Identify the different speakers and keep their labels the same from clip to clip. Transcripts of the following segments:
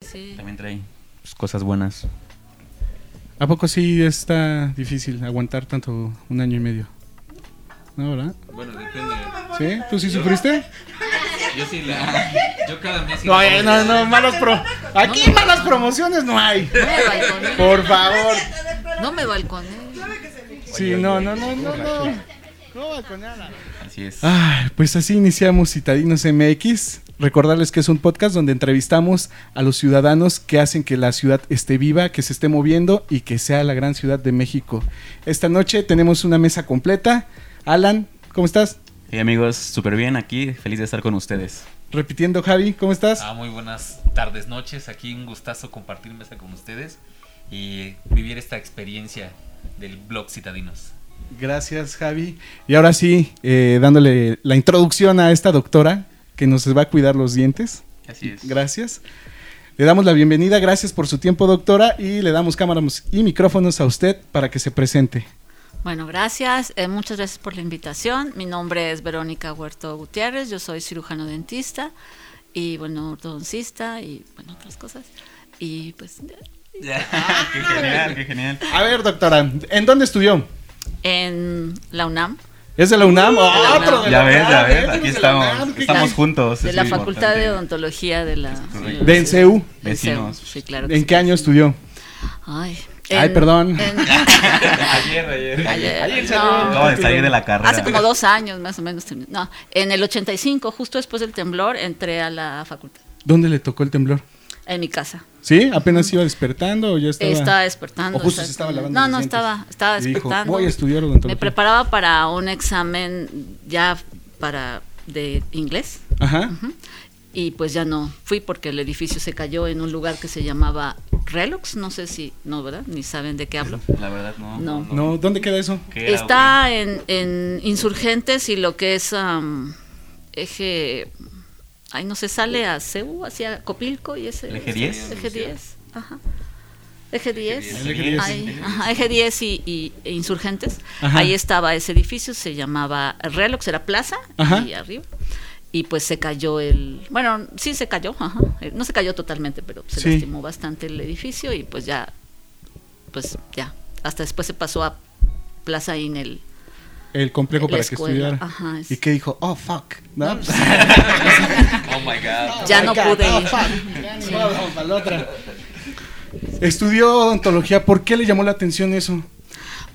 Speaker 1: sí.
Speaker 2: También trae pues, cosas buenas.
Speaker 3: ¿A poco sí está difícil aguantar tanto un año y medio? ¿No, verdad?
Speaker 4: Bueno, depende.
Speaker 3: ¿Sí? ¿Tú sí sufriste?
Speaker 4: Yo sí la. Yo cada mes. sí
Speaker 3: No,
Speaker 4: la-
Speaker 3: eh, no, no, malas pro... Aquí malas promociones no hay.
Speaker 1: No me balconé.
Speaker 3: Por favor.
Speaker 1: No me balconé.
Speaker 3: Sí, no, no, no, no, no. No, con nada.
Speaker 2: Así es.
Speaker 3: Ay, pues así iniciamos Citadinos MX. Recordarles que es un podcast donde entrevistamos a los ciudadanos que hacen que la ciudad esté viva, que se esté moviendo y que sea la gran ciudad de México. Esta noche tenemos una mesa completa. Alan, ¿cómo estás?
Speaker 2: Hey amigos, súper bien aquí, feliz de estar con ustedes.
Speaker 3: Repitiendo, Javi, ¿cómo estás?
Speaker 4: Ah, muy buenas tardes, noches. Aquí un gustazo compartir mesa con ustedes y vivir esta experiencia del blog Citadinos.
Speaker 3: Gracias, Javi. Y ahora sí, eh, dándole la introducción a esta doctora que nos va a cuidar los dientes.
Speaker 2: Así es.
Speaker 3: Gracias. Le damos la bienvenida, gracias por su tiempo, doctora, y le damos cámaras y micrófonos a usted para que se presente.
Speaker 1: Bueno, gracias. eh, muchas gracias por la invitación. Mi nombre es Verónica Huerto Gutiérrez. Yo soy cirujano dentista y, bueno, ortodoncista y, bueno, otras cosas. Y pues
Speaker 2: qué genial, qué genial.
Speaker 3: A ver, doctora, ¿en dónde estudió?
Speaker 1: en la UNAM,
Speaker 3: ¿Es de la UNAM? Ah,
Speaker 1: la UNAM.
Speaker 3: ¡Otro de
Speaker 2: Ya
Speaker 3: la
Speaker 2: ves, ya
Speaker 3: UNAM!
Speaker 2: ves,
Speaker 3: ¿eh?
Speaker 2: aquí
Speaker 3: Es de la UNAM,
Speaker 2: estamos,
Speaker 3: qué
Speaker 2: estamos
Speaker 1: tal?
Speaker 2: juntos.
Speaker 1: de
Speaker 2: es
Speaker 1: la
Speaker 2: muy
Speaker 1: Facultad de
Speaker 2: importante.
Speaker 1: Odontología de la
Speaker 2: correcto.
Speaker 3: ¿De en CEU?
Speaker 1: En CEU,
Speaker 2: Vecinos.
Speaker 1: Sí, claro. que
Speaker 3: ¿En
Speaker 1: sí.
Speaker 3: qué año estudió?
Speaker 1: Ay,
Speaker 3: Ay, perdón.
Speaker 4: Ayer, ayer.
Speaker 1: Ayer,
Speaker 3: Ayer
Speaker 1: no,
Speaker 3: salió.
Speaker 2: Acabo de salir de la carrera.
Speaker 1: hace como dos años más o menos. terminé. No, en el 85, justo después del temblor, entré a la facultad,
Speaker 3: ¿Dónde le tocó el temblor?
Speaker 1: en mi casa.
Speaker 3: ¿Sí? ¿Apenas iba despertando o ya estaba?
Speaker 1: Estaba despertando.
Speaker 3: O justo se estaba lavando
Speaker 1: No,
Speaker 3: los
Speaker 1: no,
Speaker 3: dientes.
Speaker 1: estaba, estaba
Speaker 3: Y dijo,
Speaker 1: despertando.
Speaker 3: voy a estudiar
Speaker 1: Me
Speaker 3: odontología.
Speaker 1: preparaba para un examen ya para de inglés
Speaker 3: Ajá.
Speaker 1: y pues ya no fui porque el edificio se cayó en un lugar que se llamaba Relox, no sé si, no, ¿verdad? Ni saben de qué hablo.
Speaker 2: La verdad, no.
Speaker 1: No.
Speaker 3: No, ¿dónde queda eso?
Speaker 2: ¿Qué era,
Speaker 1: Está en, en Insurgentes y lo que es am, eje. Ay, no se sale a Cebu, hacia Copilco y ese.
Speaker 2: ¿El eje 10?
Speaker 1: Eje 10. Ajá. Eje 10.
Speaker 3: Eje 10.
Speaker 1: Ahí, ajá, eje 10 y, y- e Insurgentes.
Speaker 3: Ajá.
Speaker 1: Ahí estaba ese edificio, se llamaba Relox, era plaza,
Speaker 3: Ajá.
Speaker 1: y arriba. Y pues se cayó el. Bueno, sí se cayó, ajá. eh, No se cayó totalmente, pero se
Speaker 3: Sí.
Speaker 1: lastimó bastante el edificio y pues ya. Pues ya. Hasta después se pasó a Plaza Inel.
Speaker 3: El complejo
Speaker 1: La
Speaker 3: para que
Speaker 1: escuela,
Speaker 3: estudiara.
Speaker 1: ajá, es- pues,
Speaker 3: ¿Y qué dijo? Oh, fuck. ¿No?
Speaker 4: Oh my god.
Speaker 1: Ya no pude
Speaker 3: oh,
Speaker 1: ir. Sí.
Speaker 3: Estudió odontología, ¿por qué le llamó la atención eso?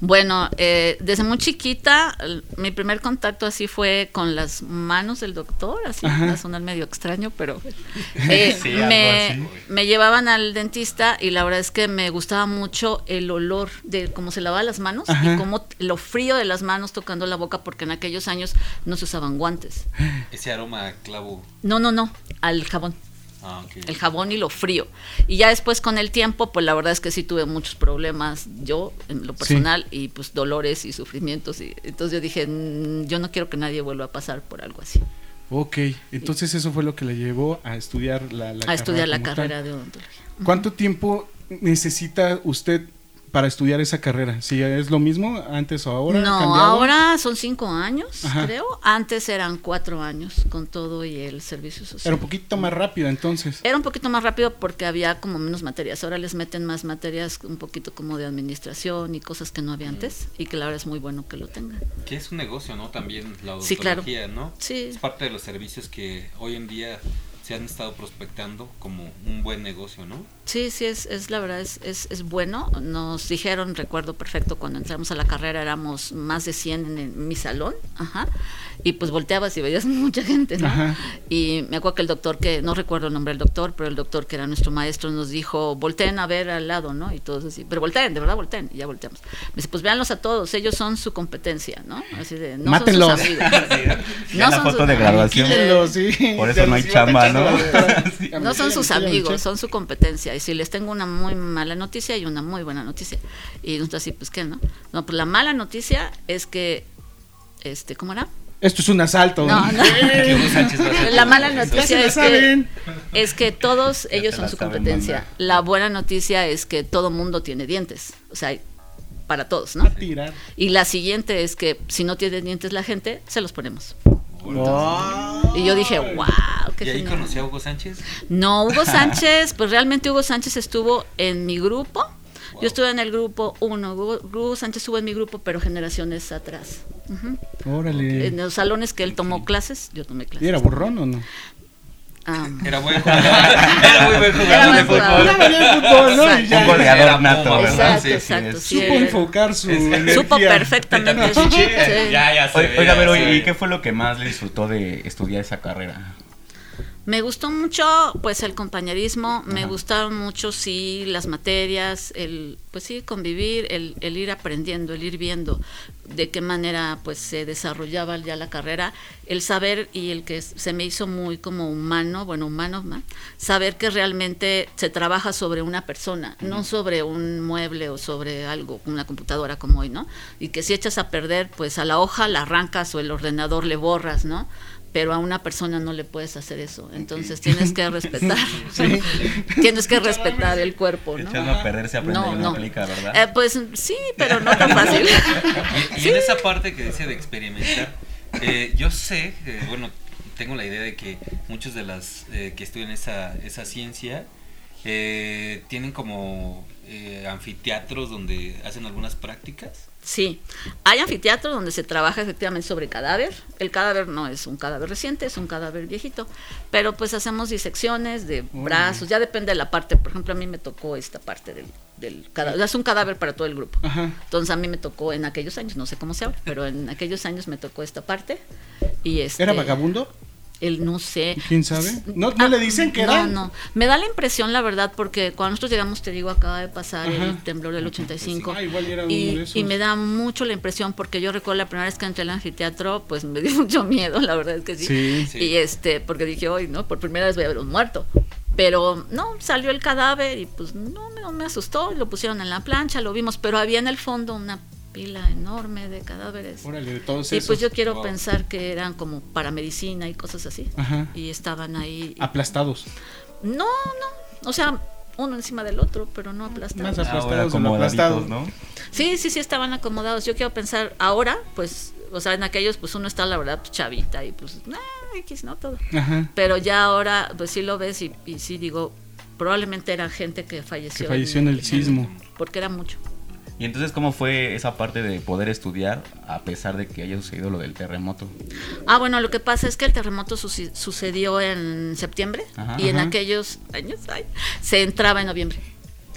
Speaker 1: Bueno, eh, desde muy chiquita, l- mi primer contacto así fue con las manos del doctor, así
Speaker 3: Ajá.
Speaker 1: va a sonar medio extraño, pero eh,
Speaker 2: Sí, algo
Speaker 1: me,
Speaker 2: así.
Speaker 1: me llevaban al dentista y la verdad es que me gustaba mucho el olor de cómo se lavaba las manos
Speaker 3: Ajá.
Speaker 1: y cómo t- lo frío de las manos tocando la boca, porque en aquellos años no se usaban guantes.
Speaker 4: Ese aroma a clavo.
Speaker 1: No, no, no, al jabón.
Speaker 4: Ah, ok.
Speaker 1: el jabón y lo frío. Y ya después con el tiempo, pues la verdad es que sí tuve muchos problemas yo en lo personal y pues dolores y sufrimientos. Y, entonces yo dije, "Mm, yo no quiero que nadie vuelva a pasar por algo así,
Speaker 3: Ok, entonces eso fue lo que le llevó a estudiar la, la
Speaker 1: a estudiar la
Speaker 3: como
Speaker 1: carrera
Speaker 3: tal.
Speaker 1: de odontología.
Speaker 3: ¿Cuánto tiempo necesita usted para estudiar esa carrera? ¿Si es lo mismo antes o ahora?
Speaker 1: no,
Speaker 3: ¿Cambiado?
Speaker 1: ahora son cinco años,
Speaker 3: Ajá.
Speaker 1: creo. Antes eran cuatro años con todo y el servicio social.
Speaker 3: Era un poquito más rápido entonces.
Speaker 1: Era un poquito más rápido porque había como menos materias. Ahora les meten más materias, un poquito como de administración y cosas que no había antes. Y que la verdad es muy bueno que lo tengan.
Speaker 4: Que es un negocio, ¿no? También la
Speaker 1: Sí, claro.
Speaker 4: odontología, ¿no?
Speaker 1: Sí.
Speaker 4: Es parte de los servicios que hoy en día se han estado prospectando como un buen negocio, ¿no?
Speaker 1: Sí, sí, es, es la verdad, es, es, es bueno. Nos dijeron, recuerdo perfecto, cuando entramos a la carrera éramos más de 100 en, el- mi salón, ajá, y pues volteabas y veías mucha gente, ¿no?
Speaker 3: Ajá.
Speaker 1: Y me acuerdo que el doctor, que no recuerdo el nombre del doctor, pero el doctor que era nuestro maestro nos dijo, volteen a ver al lado, ¿no? Y todos así, pero volteen, de verdad volteen, y ya volteamos. Me dice, pues véanlos a todos, ellos son su competencia, ¿no? Así de, no
Speaker 3: Mátenlos.
Speaker 1: son sus amigos.
Speaker 2: Ya la foto de graduación.
Speaker 3: Quítenlo, sí.
Speaker 2: Por eso no hay
Speaker 3: Sí,
Speaker 2: chamba,
Speaker 3: chamba,
Speaker 2: ¿no?
Speaker 3: doctora.
Speaker 2: Sí.
Speaker 1: No son sus
Speaker 3: Ya me eché.
Speaker 1: amigos, son su competencia. Y si les tengo una muy mala noticia y una muy buena noticia. Y nosotros así, pues qué, ¿no? No, pues la mala noticia es que, este, ¿cómo era?
Speaker 3: Esto es un asalto.
Speaker 1: No, no.
Speaker 4: Hugo Sánchez va a ser
Speaker 1: La
Speaker 4: tu
Speaker 1: mala
Speaker 4: profesor.
Speaker 3: Ya se
Speaker 1: noticia
Speaker 3: la
Speaker 1: es que,
Speaker 3: saben.
Speaker 1: es que todos
Speaker 2: te
Speaker 1: ellos
Speaker 2: la
Speaker 1: son su
Speaker 2: saben
Speaker 1: competencia.
Speaker 2: mandar.
Speaker 1: La buena noticia es que todo mundo tiene dientes. O sea, para todos, ¿no?
Speaker 3: A tirar.
Speaker 1: Y la siguiente es que si no tiene dientes la gente, se los ponemos. Y yo dije, wow, qué
Speaker 4: Y ahí
Speaker 1: genial".
Speaker 4: conocí a Hugo Sánchez.
Speaker 1: No, Hugo Sánchez, pues realmente Hugo Sánchez estuvo en mi grupo.
Speaker 4: Wow.
Speaker 1: Yo estuve en el grupo 1. Hugo, Hugo Sánchez estuvo en mi grupo, pero generaciones atrás. Ujú.
Speaker 3: Órale.
Speaker 1: En los salones que él tomó clases, yo tomé clases.
Speaker 3: ¿Y era burrón o no?
Speaker 1: Ah,
Speaker 4: Era buen jugador. Era muy buen
Speaker 1: Era
Speaker 4: jugador
Speaker 1: buen
Speaker 4: de fútbol.
Speaker 1: jugador.
Speaker 3: Jugaba bien fútbol, ¿no?
Speaker 4: Exacto.
Speaker 3: Y
Speaker 2: Un
Speaker 3: ya
Speaker 4: Era
Speaker 2: goleador nato,
Speaker 4: Puma,
Speaker 2: ¿verdad?
Speaker 1: exacto, exacto.
Speaker 2: es.
Speaker 1: sí,
Speaker 3: supo
Speaker 1: era-
Speaker 3: enfocar su energía.
Speaker 1: Supo perfectamente.
Speaker 4: Sí,
Speaker 1: sí,
Speaker 4: Ya, ya se
Speaker 2: Oiga,
Speaker 4: ve, ya
Speaker 2: oiga, pero
Speaker 4: se ve.
Speaker 2: ¿y qué fue lo que más le disfrutó de estudiar esa carrera?
Speaker 1: Me gustó mucho, pues, el compañerismo. Me
Speaker 2: Ajá.
Speaker 1: gustaron mucho, sí, las materias, el, pues sí, convivir, el, el ir aprendiendo, el ir viendo de qué manera, pues, se desarrollaba ya la carrera, el saber y el que se me hizo muy como humano, bueno, humano, ma, saber que realmente se trabaja sobre una persona, no sobre un mueble o sobre algo, una computadora como hoy, ¿no? Y que si echas a perder, pues, a la hoja la arrancas o el ordenador le borras, ¿no? pero a una persona no le puedes hacer eso. Entonces tienes que respetar. tienes que respetar el cuerpo, ¿no?
Speaker 2: Echarlo a perder se aprende
Speaker 1: No,
Speaker 2: y no
Speaker 1: no.
Speaker 2: aplica, ¿verdad?
Speaker 1: Eh, pues sí, pero no tan fácil.
Speaker 4: Y, y en esa parte que dice de experimentar, eh, yo sé, eh, bueno, tengo la idea de que muchos de las eh, que estudian esa, esa ciencia eh, tienen como eh, anfiteatros donde hacen algunas prácticas.
Speaker 1: Sí, hay anfiteatros donde se trabaja efectivamente sobre cadáver. El cadáver no es un cadáver reciente, es un cadáver viejito, pero pues hacemos disecciones de brazos, ya depende de la parte. Por ejemplo, a mí me tocó esta parte del, del cadáver. Es un cadáver para todo el grupo.
Speaker 3: Ajá.
Speaker 1: Entonces a mí me tocó en aquellos años, no sé cómo sea, ahora, pero en aquellos años me tocó esta parte. Y este,
Speaker 3: ¿Era vagabundo?
Speaker 1: Él no sé.
Speaker 3: ¿Quién sabe? ¿No, no
Speaker 1: Ah,
Speaker 3: le dicen que era?
Speaker 1: No, no. Me da la impresión, la verdad, porque cuando nosotros llegamos, te digo, acaba de pasar el
Speaker 3: Ajá.
Speaker 1: temblor del 85.
Speaker 3: Ah, igual era uno de
Speaker 1: y,
Speaker 3: esos.
Speaker 1: y me da mucho la impresión, porque yo recuerdo la primera vez que entré al anfiteatro, pues me dio mucho miedo, la verdad es que sí.
Speaker 3: Sí.
Speaker 4: Sí.
Speaker 1: Y este, porque dije, hoy, ¿no? Por primera vez voy a ver un muerto. Pero no, salió el cadáver y pues no, me- no me asustó. Lo pusieron en la plancha, lo vimos, pero había en el fondo una pila enorme de cadáveres.
Speaker 3: Órale, de todos
Speaker 1: Sí,
Speaker 3: esos.
Speaker 1: pues yo quiero
Speaker 4: Wow.
Speaker 1: pensar que eran como para medicina y cosas así.
Speaker 3: Ajá. Ah.
Speaker 1: Y estaban ahí.
Speaker 3: Aplastados.
Speaker 1: No, no. O sea, uno encima del otro, pero no aplastados.
Speaker 3: Más pues, aplastados
Speaker 2: Ah, Ahora
Speaker 3: de lo
Speaker 2: acomodaditos,
Speaker 3: aplastado.
Speaker 2: ¿no?
Speaker 1: Sí, sí, sí, estaban acomodados. Yo quiero pensar ahora, pues, o sea, en aquellos, pues uno está, la verdad, pues, chavita y pues, ah, X, ¿no? Todo.
Speaker 3: Ajá.
Speaker 1: Pero ya ahora, pues sí lo ves y, y sí digo, probablemente era gente que falleció.
Speaker 3: Que falleció en el sismo.
Speaker 1: Porque era mucho.
Speaker 2: Y entonces, ¿cómo fue esa parte de poder estudiar a pesar de que haya sucedido lo del terremoto?
Speaker 1: Ah, bueno, lo que pasa es que el terremoto suci- sucedió en septiembre
Speaker 2: Ajá.
Speaker 1: y en
Speaker 3: Ajá.
Speaker 1: aquellos años ay, se entraba en noviembre.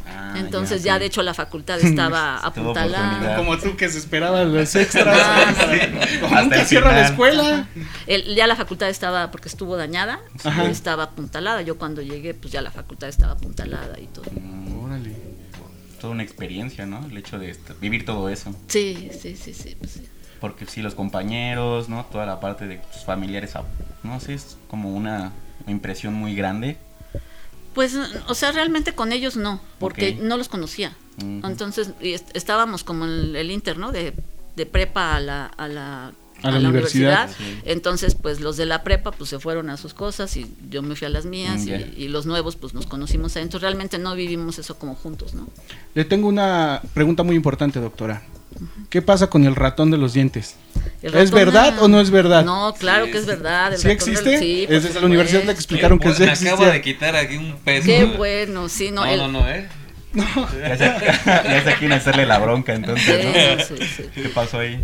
Speaker 2: Ah,
Speaker 1: Entonces ya,
Speaker 2: ya, sí.
Speaker 1: de hecho la facultad estaba
Speaker 2: Tuvo
Speaker 1: apuntalada.
Speaker 2: oportunidad.
Speaker 3: Como tú que se esperaban los extras.
Speaker 1: Ah,
Speaker 2: sí.
Speaker 3: Como
Speaker 2: Hasta
Speaker 3: nunca
Speaker 2: el
Speaker 3: cierra la
Speaker 2: final.
Speaker 3: escuela.
Speaker 1: El- ya la facultad estaba, porque estuvo dañada,
Speaker 3: Ajá.
Speaker 1: estaba apuntalada. Yo cuando llegué, pues ya la facultad estaba apuntalada y todo.
Speaker 2: Mm,
Speaker 3: Órale.
Speaker 2: Toda una experiencia, ¿no? El hecho de est- vivir todo eso.
Speaker 1: Sí, sí, sí, sí. pues sí.
Speaker 2: Porque sí, los compañeros, ¿no? Toda la parte de tus familiares, a- no sé, es como una impresión muy grande.
Speaker 1: Pues, o sea, realmente con ellos no, porque
Speaker 2: Ok.
Speaker 1: no los conocía.
Speaker 2: Ujú.
Speaker 1: Entonces y est- estábamos como en el interno De, de prepa a la, a la,
Speaker 3: A la universidad.
Speaker 2: Sí.
Speaker 1: Entonces, pues los de la prepa pues se fueron a sus cosas y yo me fui a las mías
Speaker 2: Mm, ya.
Speaker 1: y, y los nuevos pues nos conocimos ahí. Entonces realmente no vivimos eso como juntos, ¿no?
Speaker 3: Le tengo una pregunta muy importante, doctora. ¿Qué pasa con el ratón de los dientes?
Speaker 1: El
Speaker 3: ¿Es
Speaker 1: ratón,
Speaker 3: verdad
Speaker 1: ah,
Speaker 3: o no es verdad?
Speaker 1: No, claro
Speaker 4: Sí,
Speaker 1: que es
Speaker 4: sí.
Speaker 1: verdad. el
Speaker 3: ¿Sí
Speaker 1: ratón Ah, del-
Speaker 3: existe?
Speaker 1: sí, por
Speaker 3: es desde la universidad le
Speaker 1: supuesto.
Speaker 3: explicaron que sí
Speaker 4: Eh, Me
Speaker 3: existía.
Speaker 4: acabo de quitar aquí un peso.
Speaker 1: Qué bueno, sí,
Speaker 4: No,
Speaker 1: no. el-
Speaker 4: no, no, ¿eh?
Speaker 2: Ya sé, ya sé a quién hacerle la bronca, entonces, ¿no?
Speaker 1: sí, sí, sí.
Speaker 2: ¿Qué pasó ahí?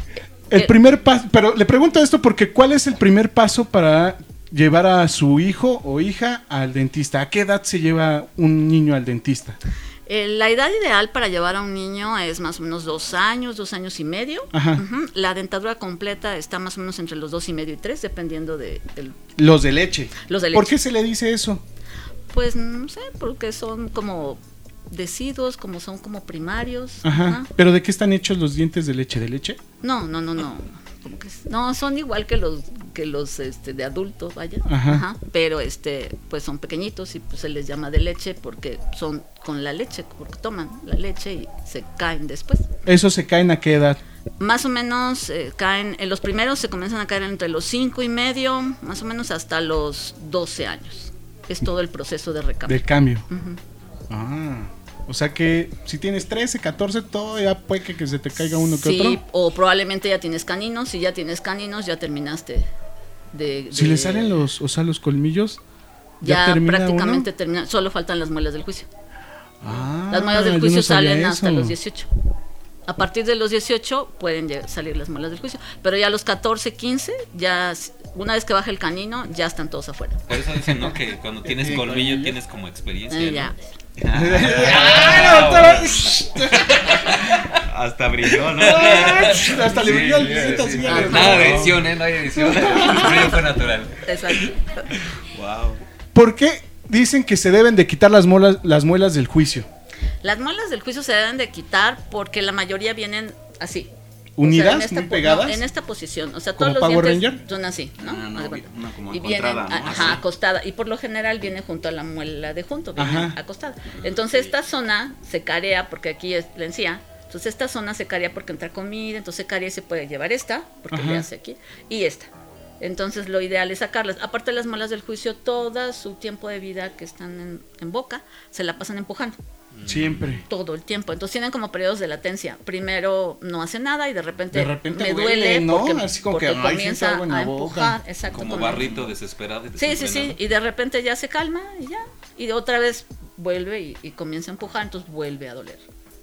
Speaker 3: El primer paso, pero le pregunto esto porque ¿cuál es el primer paso para llevar a su hijo o hija al dentista? ¿A qué edad se lleva un niño al dentista?
Speaker 1: Eh, la edad ideal para llevar a un niño es más o menos dos años, dos años y medio.
Speaker 3: Ajá.
Speaker 1: Ujú. La dentadura completa está más o menos entre los dos y medio y tres, dependiendo de, del-
Speaker 3: Los de leche.
Speaker 1: los del
Speaker 3: ¿Por qué se le dice eso?
Speaker 1: Pues no sé, porque son como decidos, como son como primarios.
Speaker 3: Ajá.
Speaker 1: Ajá.
Speaker 3: ¿Pero de qué están hechos los dientes de leche? ¿De leche?
Speaker 1: No, no, no, no. como que es- No, son igual que los que los este, de adultos, vaya.
Speaker 3: Ajá.
Speaker 1: Ajá, Pero este, pues son pequeñitos y pues se les llama de leche porque son con la leche, porque toman la leche y se caen después.
Speaker 3: ¿Eso se caen a qué edad?
Speaker 1: Más o menos eh, caen, en los primeros se comienzan a caer entre los 5 y medio, más o menos hasta los 12 años. Es todo el proceso de recambio.
Speaker 3: Del cambio.
Speaker 1: Ujú.
Speaker 3: Ah. O sea que si tienes 13, 14, todo ya puede que, que se te caiga uno que
Speaker 1: sí,
Speaker 3: otro.
Speaker 1: o probablemente ya tienes caninos, si ya tienes caninos ya terminaste de-
Speaker 3: Si le
Speaker 1: pues, de-
Speaker 3: salen los, o sea, los colmillos, ya,
Speaker 1: ya,
Speaker 3: termina
Speaker 1: prácticamente
Speaker 3: uno.
Speaker 1: termina, solo faltan las muelas del juicio.
Speaker 3: Ah,
Speaker 1: las muelas
Speaker 3: yo
Speaker 1: del
Speaker 3: no
Speaker 1: juicio
Speaker 3: sabía
Speaker 1: salen hasta
Speaker 3: eso.
Speaker 1: los 18. A partir de los 18 pueden lle- salir las muelas del juicio, pero ya a los 14, 15, ya s- una vez que baja el canino, ya están todos afuera.
Speaker 4: Por eso dicen, ¿no? Que cuando tienes
Speaker 2: Sí,
Speaker 4: colmillo
Speaker 2: colmillo.
Speaker 4: tienes como experiencia.
Speaker 1: Eh,
Speaker 4: ¿no?
Speaker 1: ya.
Speaker 4: Ah,
Speaker 2: Hasta brilló, ¿no?
Speaker 3: Hasta le brilló el
Speaker 2: Sí, sí,
Speaker 3: billete,
Speaker 2: sí.
Speaker 3: sí,
Speaker 1: Ah,
Speaker 3: güey.
Speaker 4: Nada de edición, ¿eh? No hay edición. El brillo fue natural.
Speaker 1: Exacto.
Speaker 2: Wow.
Speaker 3: ¿Por qué dicen que se deben de quitar las, molas, las muelas del juicio?
Speaker 1: Las muelas del juicio se deben de quitar porque la mayoría vienen así.
Speaker 3: ¿Unidas?
Speaker 1: en esta
Speaker 3: ¿Muy
Speaker 1: po-
Speaker 3: pegadas?
Speaker 1: no, en esta posición. O sea,
Speaker 3: ¿Como
Speaker 1: todos los
Speaker 3: Power
Speaker 1: dientes
Speaker 3: Ranger?
Speaker 1: son así, ¿no?
Speaker 2: Ah, no,
Speaker 1: Haz de cuenta.
Speaker 2: una como
Speaker 1: y vienen
Speaker 2: encontrada, ¿no?
Speaker 1: ajá,
Speaker 2: Así.
Speaker 1: acostada. Y por lo general viene junto a la muela de junto, viene
Speaker 3: Ajá.
Speaker 1: acostada. Entonces esta zona se carea porque aquí es la encía. Entonces esta zona se carea porque entra comida, entonces carea y se puede llevar esta, porque
Speaker 3: Ajá.
Speaker 1: le hace aquí, y esta. Entonces lo ideal es sacarlas. Aparte las muelas del juicio, todo su tiempo de vida que están en- en boca, se la pasan empujando
Speaker 3: Siempre.
Speaker 1: todo el tiempo. Entonces tienen como periodos de latencia. Primero no hace nada y de repente,
Speaker 3: De repente
Speaker 1: me
Speaker 3: duele,
Speaker 1: duele,
Speaker 3: ¿no?
Speaker 1: porque,
Speaker 3: Así como que,
Speaker 1: porque
Speaker 3: ay, siento
Speaker 1: comienza
Speaker 3: algo en la
Speaker 1: a empujar.
Speaker 3: boca.
Speaker 1: Exacto.
Speaker 4: Como
Speaker 1: con-
Speaker 4: barrito desesperado. y
Speaker 1: Sí, sí, sí.
Speaker 4: desenfrenado.
Speaker 1: Y de repente ya se calma y ya. Y de otra vez vuelve y, y comienza a empujar, entonces vuelve a doler.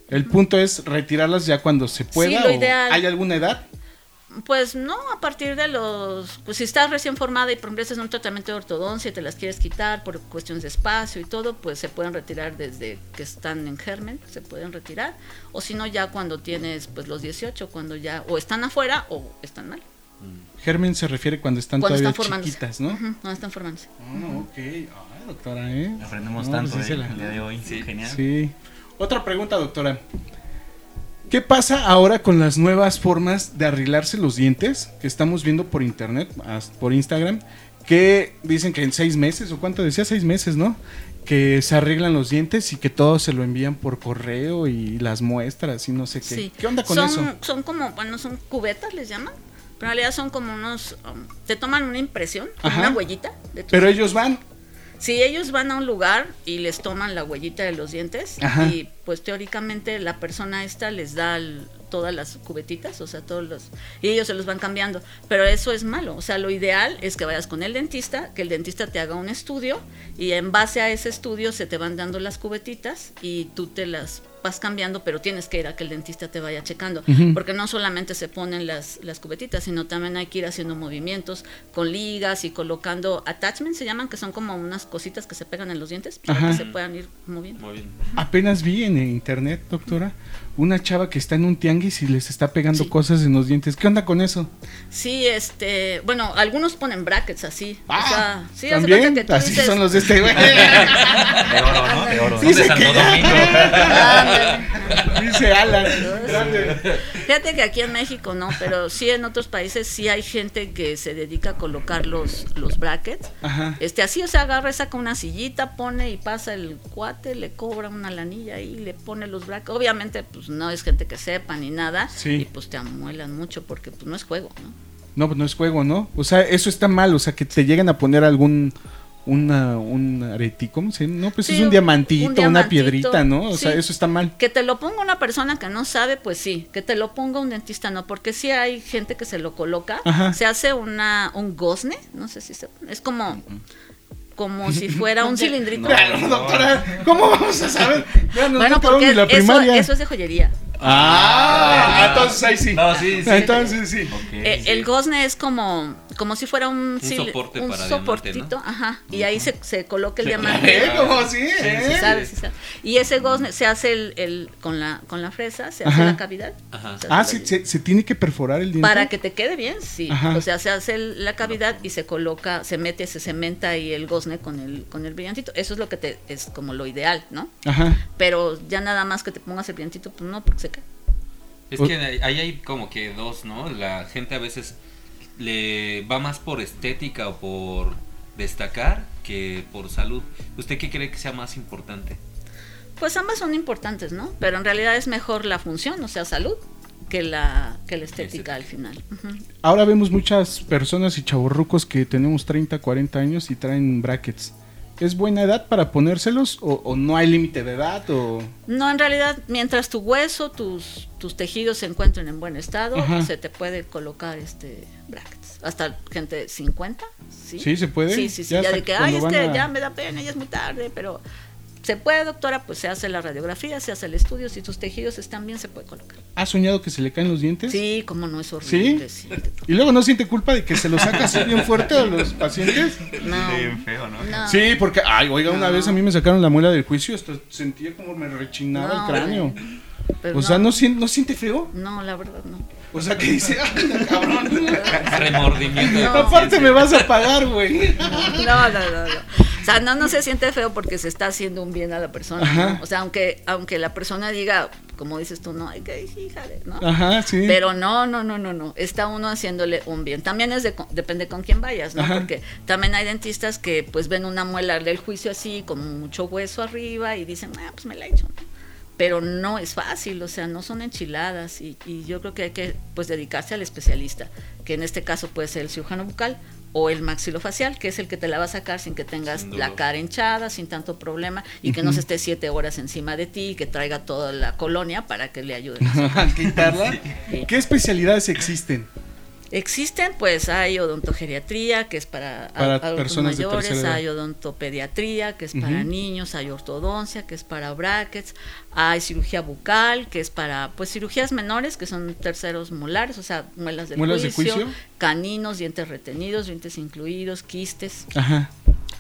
Speaker 3: El punto es retirarlas ya cuando se pueda.
Speaker 1: lo
Speaker 3: o-
Speaker 1: ideal.
Speaker 3: ¿Hay alguna edad?
Speaker 1: Pues no, a partir de los... Pues si estás recién formada y progresas en un tratamiento de ortodoncia y te las quieres quitar por cuestiones de espacio y todo, pues se pueden retirar desde que están en germen, se pueden retirar. O si no, ya cuando tienes pues los 18, cuando ya o están afuera o están mal.
Speaker 3: Germen se refiere cuando están
Speaker 1: cuando
Speaker 3: todavía
Speaker 1: están formándose.
Speaker 3: chiquitas, ¿no?
Speaker 1: Ujú, cuando están formándose.
Speaker 3: Ah, ok. Ay, doctora, ¿eh?
Speaker 2: Aprendemos
Speaker 3: No,
Speaker 2: tanto
Speaker 3: pues sí
Speaker 2: de-
Speaker 3: se la-
Speaker 2: el día de hoy.
Speaker 4: Sí.
Speaker 2: Genial.
Speaker 3: Sí. Otra pregunta, doctora. ¿Qué pasa ahora con las nuevas formas de arreglarse los dientes que estamos viendo por internet, as- por Instagram? Que dicen que en seis meses, o cuánto decía, seis meses, ¿no? Que se arreglan los dientes y que todos se lo envían por correo y las muestras y no sé qué.
Speaker 1: Sí.
Speaker 3: ¿Qué onda con
Speaker 1: son,
Speaker 3: eso?
Speaker 1: Son como, bueno, son cubetas, les llaman. Pero en realidad son como unos... um, te toman una impresión, como
Speaker 3: Ajá.
Speaker 1: una huellita de tus
Speaker 3: Pero ellos van.
Speaker 1: Si ellos van a un lugar y les toman la huellita de los dientes
Speaker 3: Ajá.
Speaker 1: y pues teóricamente la persona esta les da l- todas las cubetitas, o sea, todos los y ellos se los van cambiando, pero eso es malo, o sea, lo ideal es que vayas con el dentista, que el dentista te haga un estudio y en base a ese estudio se te van dando las cubetitas y tú te las vas cambiando, pero tienes que ir a que el dentista te vaya checando,
Speaker 3: Ujú.
Speaker 1: porque no solamente se ponen las, las cubetitas, sino también hay que ir haciendo movimientos con ligas y colocando attachments, se llaman, que son como unas cositas que se pegan en los dientes para
Speaker 3: Ajá.
Speaker 1: que se puedan ir moviendo.
Speaker 4: Muy bien.
Speaker 3: Apenas vi en internet, doctora, una chava que está en un tianguis y les está pegando
Speaker 1: Sí.
Speaker 3: cosas en los dientes. ¿Qué onda con eso?
Speaker 1: Sí, este, bueno, algunos ponen brackets así. o
Speaker 3: Ah,
Speaker 1: sea, sí, hace
Speaker 3: también.
Speaker 1: cuenta que tú
Speaker 3: Así
Speaker 1: dices,
Speaker 3: son los de este güey.
Speaker 2: De oro, ¿no? De oro.
Speaker 3: Sí,
Speaker 4: ¿Dónde
Speaker 3: se
Speaker 4: Santo
Speaker 3: quedan.
Speaker 4: Domingo?
Speaker 1: "Ándale".
Speaker 3: Dice Alan. grande.
Speaker 1: Fíjate que aquí en México no, pero sí en otros países sí hay gente que se dedica a colocar los, los brackets.
Speaker 3: Ajá.
Speaker 1: Este, así, o sea, agarra, y saca una sillita, pone y pasa el cuate, le cobra una lanilla y le pone los brackets. Obviamente, pues no es gente que sepa ni nada.
Speaker 3: Sí.
Speaker 1: Y pues te amuelan mucho porque pues no es juego, ¿no?
Speaker 3: No, pues no es juego, ¿no? O sea, eso está mal. O sea, que te lleguen a poner algún. Una, un areti, ¿cómo se llama? No, pues
Speaker 1: Sí,
Speaker 3: es un
Speaker 1: un-
Speaker 3: diamantito,
Speaker 1: un
Speaker 3: una
Speaker 1: diamantito.
Speaker 3: piedrita, ¿no? O
Speaker 1: Sí.
Speaker 3: sea, eso está mal.
Speaker 1: Que te lo ponga una persona que no sabe, pues sí. Que te lo ponga un dentista, no. Porque sí hay gente que se lo coloca.
Speaker 3: Ajá.
Speaker 1: Se hace una, un gozne, no sé si se... Es como... Como si fuera un cilindrito.
Speaker 3: Claro, doctora, ¿cómo vamos a saber? Ya nos
Speaker 1: Bueno,
Speaker 3: no acabamos
Speaker 1: porque
Speaker 3: ni la
Speaker 1: es- eso,
Speaker 3: primaria.
Speaker 1: eso es de joyería.
Speaker 3: Ah, entonces ahí sí.
Speaker 4: No, sí, sí.
Speaker 3: Entonces sí.
Speaker 2: Ok.
Speaker 1: Eh, El gozne es como, como si fuera un, sil-
Speaker 4: soporte
Speaker 1: un
Speaker 4: para
Speaker 1: soportito,
Speaker 4: diamante, ¿no?
Speaker 1: ajá, y ahí se, se coloca el diamante.
Speaker 4: Ah,
Speaker 3: ¿Eh? ¿Cómo así?
Speaker 1: Sí
Speaker 3: ¿Eh?
Speaker 1: sabes, sí sabes. Y ese gozne se hace el, el- con, la, con la fresa, se
Speaker 3: Ajá.
Speaker 1: hace la cavidad.
Speaker 4: Ajá.
Speaker 1: se hace
Speaker 3: Ah,
Speaker 1: la-
Speaker 3: sí, se, se tiene que perforar el diente.
Speaker 1: Para que te quede bien, sí.
Speaker 3: Ajá.
Speaker 1: O sea, se hace el- la cavidad y se coloca, se mete, se cementa ahí el gozne con el, con el brillantito. Eso es lo que te, es como lo ideal, ¿no?
Speaker 3: Ajá.
Speaker 1: Pero ya nada más que te pongas el brillantito, pues no, porque se cae.
Speaker 4: Es que ahí ahí hay como que dos, ¿no? La gente a veces le va más por estética o por destacar que por salud. ¿Usted qué cree que sea más importante?
Speaker 1: Pues ambas son importantes, ¿no? Pero en realidad es mejor la función, o sea, salud, que la, que la estética al final. Ujú.
Speaker 3: Ahora vemos muchas personas y chavorrucos que tenemos 30, 40 años y traen brackets. ¿Es buena edad para ponérselos o, o no hay límite de edad? O...
Speaker 1: No, en realidad, mientras tu hueso, tus, tus tejidos se encuentren en buen estado,
Speaker 3: Ajá.
Speaker 1: se te puede colocar este brackets. Hasta gente de 50, ¿sí?
Speaker 3: ¿Sí se puede?
Speaker 1: Sí, sí, sí.
Speaker 3: Ya
Speaker 1: Ya,
Speaker 3: hasta
Speaker 1: de que,
Speaker 3: cuando
Speaker 1: ay, es
Speaker 3: van
Speaker 1: que
Speaker 3: a-
Speaker 1: ya me da pena, ya es muy tarde, pero se puede, doctora, pues se hace la radiografía, se hace el estudio, si tus tejidos están bien, se puede colocar.
Speaker 3: ¿Ha soñado que se le caen los dientes?
Speaker 1: Sí, como no es horrible. ¿Sí?
Speaker 3: ¿Y luego no siente culpa de que se los saca así bien fuerte a los pacientes?
Speaker 1: No.
Speaker 4: Bien feo, ¿no?
Speaker 1: no.
Speaker 3: Sí, porque, ay, oiga, una
Speaker 1: Ah. No.
Speaker 3: vez a mí me sacaron la muela del juicio, hasta sentía como me rechinaba
Speaker 1: No,
Speaker 3: el cráneo.
Speaker 1: pero
Speaker 3: O sea, no, sien- no siente feo.
Speaker 1: No, la verdad no.
Speaker 3: O sea, que dice, ay, no, cabrón.
Speaker 4: Remordimiento. de
Speaker 1: No.
Speaker 3: Aparte
Speaker 4: conciencia.
Speaker 3: me vas a pagar, güey.
Speaker 1: No, no, no, no. O sea, no, no se siente feo porque se está haciendo un bien a la persona.
Speaker 3: Ajá.
Speaker 1: ¿no? O sea, aunque, aunque la persona diga, como dices tú, no, ay, que híjale, ¿no?
Speaker 3: Ajá, sí.
Speaker 1: Pero no, no, no, no, no. Está uno haciéndole un bien. También es de, co- depende con quién vayas, ¿no?
Speaker 3: Ajá.
Speaker 1: Porque también hay dentistas que pues ven una muela del juicio así, con mucho hueso arriba y dicen, ah, pues me la he hecho. ¿no? Pero no es fácil, o sea, no son enchiladas y, y yo creo que hay que pues dedicarse al especialista, que en este caso puede ser el cirujano bucal o el maxilofacial, que es el que te la va a sacar sin que tengas
Speaker 4: Sin
Speaker 1: la
Speaker 4: dolor.
Speaker 1: cara hinchada, sin tanto problema y que no se esté siete horas encima de ti y que traiga toda la colonia para que le ayude.
Speaker 3: quitarla. ¿Qué especialidades existen?
Speaker 1: Existen, pues hay odontogeriatría, que es para, a-
Speaker 3: Para
Speaker 1: adultos
Speaker 3: personas de
Speaker 1: mayores,
Speaker 3: tercera edad.
Speaker 1: hay odontopediatría, que es para
Speaker 3: Ujú.
Speaker 1: niños, hay ortodoncia, que es para brackets, hay cirugía bucal, que es para pues cirugías menores, que son terceros molares, o sea, muelas del
Speaker 3: ¿Muelas de
Speaker 1: juicio,
Speaker 3: juicio?
Speaker 1: caninos, dientes retenidos, dientes incluidos, quistes.
Speaker 3: Ajá.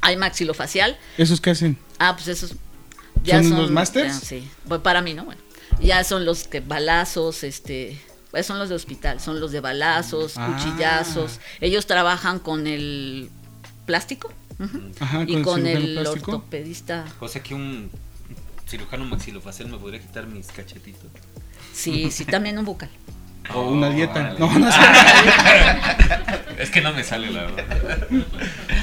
Speaker 1: Hay maxilofacial,
Speaker 3: ¿Esos qué hacen?
Speaker 1: Ah, pues esos
Speaker 3: ¿Son los másters?
Speaker 1: ya, Sí, Bueno, para mí, ¿no? Bueno, ya son los que balazos, este, pues, son los de hospital, son los de balazos,
Speaker 3: Ah.
Speaker 1: cuchillazos. Ellos trabajan con el plástico ujú,
Speaker 3: Ajá,
Speaker 1: y con
Speaker 3: cirujano
Speaker 1: el
Speaker 3: plástico.
Speaker 1: ortopedista.
Speaker 4: O sea que un cirujano maxilofacial me podría quitar mis cachetitos.
Speaker 1: Sí, sí, también un bucal.
Speaker 3: O una dieta.
Speaker 4: Órale.
Speaker 3: No, no sé.
Speaker 4: Es que no me sale la verdad.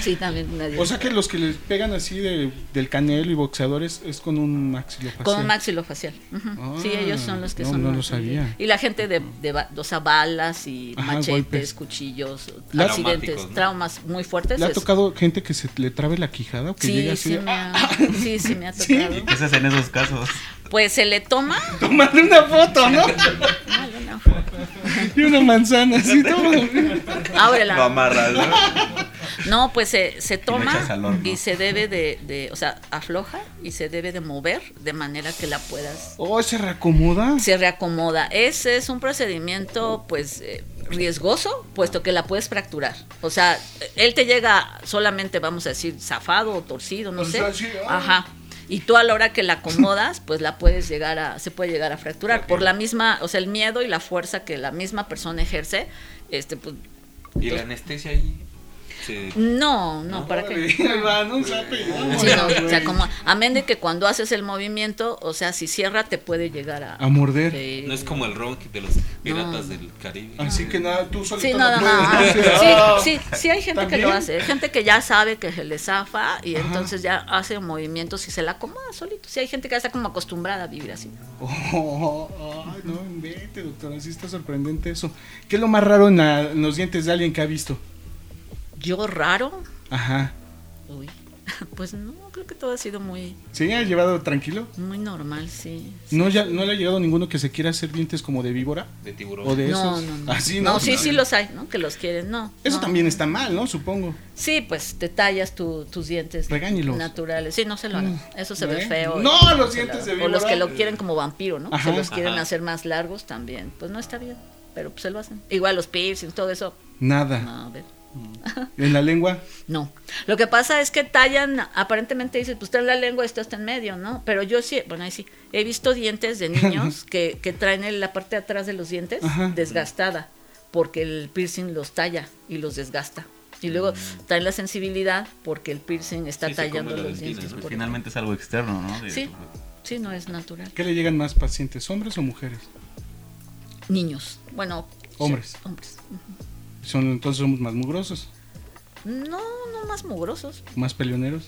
Speaker 1: Sí, también una dieta.
Speaker 3: O sea que los que les pegan así de- del canelo y boxeadores es con un maxilofacial.
Speaker 1: con maxilofacial. ujú.
Speaker 3: Ah,
Speaker 1: sí, ellos son los que
Speaker 3: no,
Speaker 1: son.
Speaker 3: no lo
Speaker 1: más-
Speaker 3: sabía.
Speaker 1: Y la gente de, de ba- o sea, balas y
Speaker 3: Ajá,
Speaker 1: machetes,
Speaker 3: golpes.
Speaker 1: cuchillos,
Speaker 4: La-
Speaker 1: accidentes,
Speaker 4: Traumáticos, ¿no?
Speaker 1: traumas muy fuertes.
Speaker 3: ¿Le ha
Speaker 1: es-
Speaker 3: tocado gente que se le trabe la quijada o que
Speaker 1: Sí,
Speaker 3: llega
Speaker 1: sí,
Speaker 3: así? de- "Ah".
Speaker 1: me ha, sí, sí me ha
Speaker 3: Sí.
Speaker 1: tocado.
Speaker 2: ¿Qué se hace en esos casos?
Speaker 1: Pues se le toma
Speaker 3: Tomarle una foto, ¿no?
Speaker 1: Ah, no, no.
Speaker 3: y una manzana así todo.
Speaker 1: Ábrela.
Speaker 2: Lo amarras, ¿no?
Speaker 1: No, pues se, se
Speaker 2: echas al
Speaker 1: toma
Speaker 2: horno.
Speaker 1: y se debe de, de, o sea, afloja y se debe de mover de manera que la puedas,
Speaker 3: Oh, se reacomoda.
Speaker 1: se reacomoda. Ese es un procedimiento, pues, eh, riesgoso, puesto que la puedes fracturar. O sea, él te llega solamente, vamos a decir, zafado o torcido, no
Speaker 3: O
Speaker 1: sé.
Speaker 3: sea, sí, ah. ay.
Speaker 1: Ajá. Y tú a la hora que la acomodas, pues la puedes llegar a, se puede llegar a fracturar. Por la misma, o sea, el miedo y la fuerza que la misma persona ejerce, este, pues,
Speaker 4: Y la anestesia ahí. se-
Speaker 1: no, no, ¿para qué?
Speaker 3: Órale, ahí va, ¿no? Un zape y vámonos,
Speaker 1: Sí, no, o sea,
Speaker 3: güey.
Speaker 1: como, amén de que cuando haces el movimiento, o sea, si cierra te puede llegar a... eh,
Speaker 3: A morder.
Speaker 1: Sí.
Speaker 4: No es como el ron de los piratas del Caribe.
Speaker 3: Así que nada, tú solito
Speaker 1: Sí, no,
Speaker 3: lo
Speaker 1: no,
Speaker 3: puedes,
Speaker 1: no.
Speaker 3: ¿no?
Speaker 1: Sí,
Speaker 3: Ah.
Speaker 1: sí, sí hay gente que lo
Speaker 3: ¿También?
Speaker 1: hace. Hay gente que ya sabe que se le zafa y entonces ya hace movimientos y se la acomoda solito. Sí hay gente que ya está como acostumbrada a vivir así.
Speaker 3: Oh, ay, no, vete, doctora, sí está sorprendente eso. ¿Qué es lo más raro en, la- en los dientes de alguien que ha visto?
Speaker 1: Yo raro,
Speaker 3: Ajá.
Speaker 1: uy, pues no, creo que todo ha sido muy,
Speaker 3: ¿Sí ha llevado tranquilo?
Speaker 1: muy normal, sí.
Speaker 3: ¿No, ya, ¿No le ha llegado ninguno que se quiera hacer dientes como de víbora?
Speaker 4: De tiburón.
Speaker 3: ¿O de
Speaker 1: No,
Speaker 3: esos? Ah,
Speaker 1: no, no.
Speaker 3: Así,
Speaker 1: no, sí, sí los hay, ¿no? Que los quieren, no.
Speaker 3: pues, Eso
Speaker 1: no.
Speaker 3: también está mal, ¿no? Supongo.
Speaker 1: Sí, pues te tallas tu- tus dientes
Speaker 3: Regáñelos.
Speaker 1: naturales. Sí, no se lo hagan. Eso se ve
Speaker 3: ¿Eh?
Speaker 1: feo.
Speaker 3: No,
Speaker 1: y-
Speaker 3: los
Speaker 1: se lo
Speaker 3: dientes
Speaker 1: hagan.
Speaker 3: de
Speaker 1: O los que
Speaker 3: víbora.
Speaker 1: lo quieren como vampiro, ¿no?
Speaker 3: Ajá.
Speaker 1: Se los quieren
Speaker 4: Ajá.
Speaker 1: hacer más largos también. Pues no está bien, pero pues se lo hacen. Igual los piercings, todo eso.
Speaker 3: Nada.
Speaker 1: No, a ver.
Speaker 3: En la lengua.
Speaker 1: No. Lo que pasa es que tallan, aparentemente dices, pues traen la lengua, esto está en medio, ¿no? Pero yo sí, bueno, ahí sí, he visto dientes de niños que, que traen el- la parte de atrás de los dientes
Speaker 3: Ajá.
Speaker 1: desgastada, porque el piercing los talla y los desgasta. Y luego
Speaker 3: Mm.
Speaker 1: traen la sensibilidad porque el piercing está
Speaker 4: Sí, se come
Speaker 1: tallando
Speaker 4: la
Speaker 1: los
Speaker 4: dentina, ¿no?
Speaker 1: dientes. por-
Speaker 2: Pues, Finalmente es algo externo, ¿no? De-
Speaker 1: Sí, sí, no es natural.
Speaker 3: ¿Qué le llegan más pacientes, hombres o mujeres?
Speaker 1: Niños, bueno.
Speaker 3: Hombres.
Speaker 1: sí, hombres.
Speaker 3: Son, entonces somos más mugrosos,
Speaker 1: No, no más mugrosos.
Speaker 3: más peleoneros.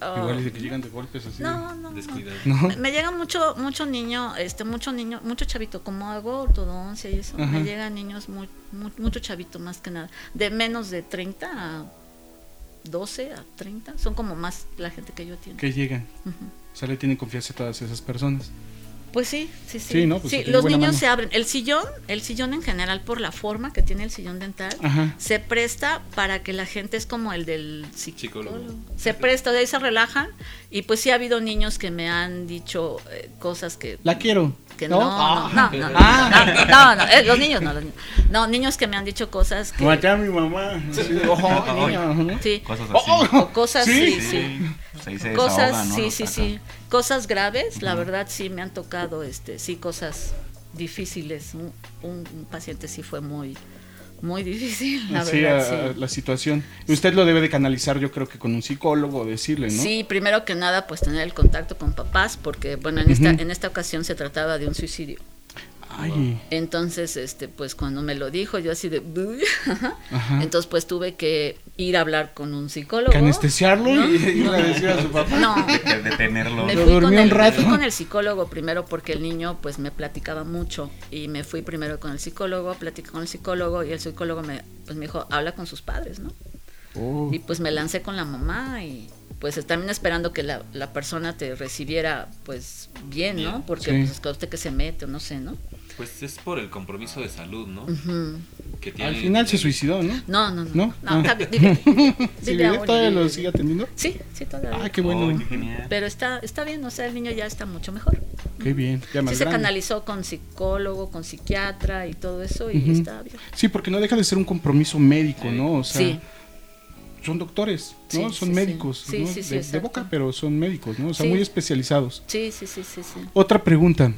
Speaker 1: Ah,
Speaker 3: Igual y de que llegan de golpes así.
Speaker 1: no, no, no.
Speaker 4: Descuidado.
Speaker 3: ¿No?
Speaker 1: Me- Me llega mucho, mucho niño, este, mucho niño, mucho chavito, como hago ortodoncia y eso,
Speaker 3: Ajá.
Speaker 1: me llegan niños muy, mu- mucho chavito más que nada, de menos de 30 a 12 a 30, son como más la gente que yo atiendo.
Speaker 3: que llegan.
Speaker 1: Ujú.
Speaker 3: O sea, le tienen confianza a todas esas personas.
Speaker 1: Pues sí, sí, sí.
Speaker 3: Sí, ¿no? Pues
Speaker 1: Sí,
Speaker 3: tiene
Speaker 1: los
Speaker 3: buena
Speaker 1: niños
Speaker 3: mano.
Speaker 1: se abren. El sillón, el sillón en general, por la forma que tiene el sillón dental,
Speaker 3: Ajá.
Speaker 1: se presta para que la gente es como el del psicólogo.
Speaker 4: Psicólogo.
Speaker 1: Se presta, de ahí se relajan. Y pues sí ha habido niños que me han dicho eh, cosas que...
Speaker 3: La quiero.
Speaker 1: que no, no, no, no, no,
Speaker 3: Ah.
Speaker 1: no, no, no, eh, los niños no, los niños. No, niños que me han dicho cosas que...
Speaker 3: Maté a mi mamá. Sí, ojo, niño, ajá.
Speaker 1: Sí,
Speaker 2: Cosas así.
Speaker 3: Oh,
Speaker 1: o cosas,
Speaker 3: Sí.
Speaker 1: sí, sí.
Speaker 2: Pues ahí se
Speaker 1: cosas,
Speaker 2: desahogan, ¿no?
Speaker 1: sí,
Speaker 2: Lo
Speaker 1: sí,
Speaker 2: sacan.
Speaker 1: sí, cosas graves, la verdad sí me han tocado, este, sí, cosas difíciles. Un, un- un paciente sí fue muy, muy difícil, la
Speaker 3: Así
Speaker 1: verdad,
Speaker 3: a-
Speaker 1: sí.
Speaker 3: a la situación. Y Usted lo debe de canalizar, yo creo que con un psicólogo, decirle, ¿no?
Speaker 1: Sí, primero que nada, pues tener el contacto con papás, porque bueno, en esta,
Speaker 3: Ujú.
Speaker 1: en esta ocasión se trataba de un suicidio.
Speaker 3: Ay,
Speaker 1: Entonces, este, pues cuando me lo dijo, yo así de,
Speaker 3: Ajá.
Speaker 1: entonces pues tuve que ir a hablar con un psicólogo.
Speaker 3: que anestesiarlo
Speaker 1: ¿no?
Speaker 3: y irle a decir a su papá.
Speaker 1: No,
Speaker 2: De, de tenerlo.
Speaker 1: Me
Speaker 3: Lo
Speaker 1: fui, con
Speaker 3: dormí un
Speaker 1: el, me
Speaker 3: rato.
Speaker 1: fui con el psicólogo primero porque el niño pues me platicaba mucho y me fui primero con el psicólogo, platicé con el psicólogo y el psicólogo me, pues me dijo, habla con sus padres, ¿no?
Speaker 3: Oh.
Speaker 1: Y pues me lancé con la mamá y pues también esperando que la, la persona te recibiera pues bien, ¿no?
Speaker 4: Bien.
Speaker 1: Porque
Speaker 3: Sí.
Speaker 1: pues es que usted que se mete o no sé, ¿no?
Speaker 4: Pues es por el compromiso de salud, ¿no?
Speaker 1: Ujú.
Speaker 4: Que tiene-
Speaker 3: Al final se suicidó, ¿no?
Speaker 1: No, no, no.
Speaker 3: ¿No? Ah.
Speaker 1: está bien, vive-
Speaker 3: Sí,
Speaker 1: vive aún y
Speaker 3: todavía lo
Speaker 1: vive, vive.
Speaker 3: sigue atendiendo.
Speaker 1: Sí, sí, todavía.
Speaker 3: Ah, qué
Speaker 2: Oh,
Speaker 3: bueno.
Speaker 2: qué genial.
Speaker 1: Pero está, está bien, o sea, el niño ya está mucho mejor.
Speaker 3: Qué bien. Ya más
Speaker 1: Sí se
Speaker 3: grande.
Speaker 1: canalizó con psicólogo, con psiquiatra y todo eso y
Speaker 3: Ujú.
Speaker 1: está bien.
Speaker 3: Sí, porque no deja de ser un compromiso médico, ¿no? O sea,
Speaker 1: sí,
Speaker 3: son doctores, ¿no?
Speaker 1: Sí,
Speaker 3: son
Speaker 1: sí,
Speaker 3: médicos,
Speaker 1: sí. Sí,
Speaker 3: ¿no?
Speaker 1: sí, sí,
Speaker 3: de, de
Speaker 1: exacto.
Speaker 3: boca, pero son médicos, ¿no? O sea,
Speaker 1: Sí.
Speaker 3: muy especializados.
Speaker 1: sí, sí, sí, sí, sí.
Speaker 3: Otra pregunta.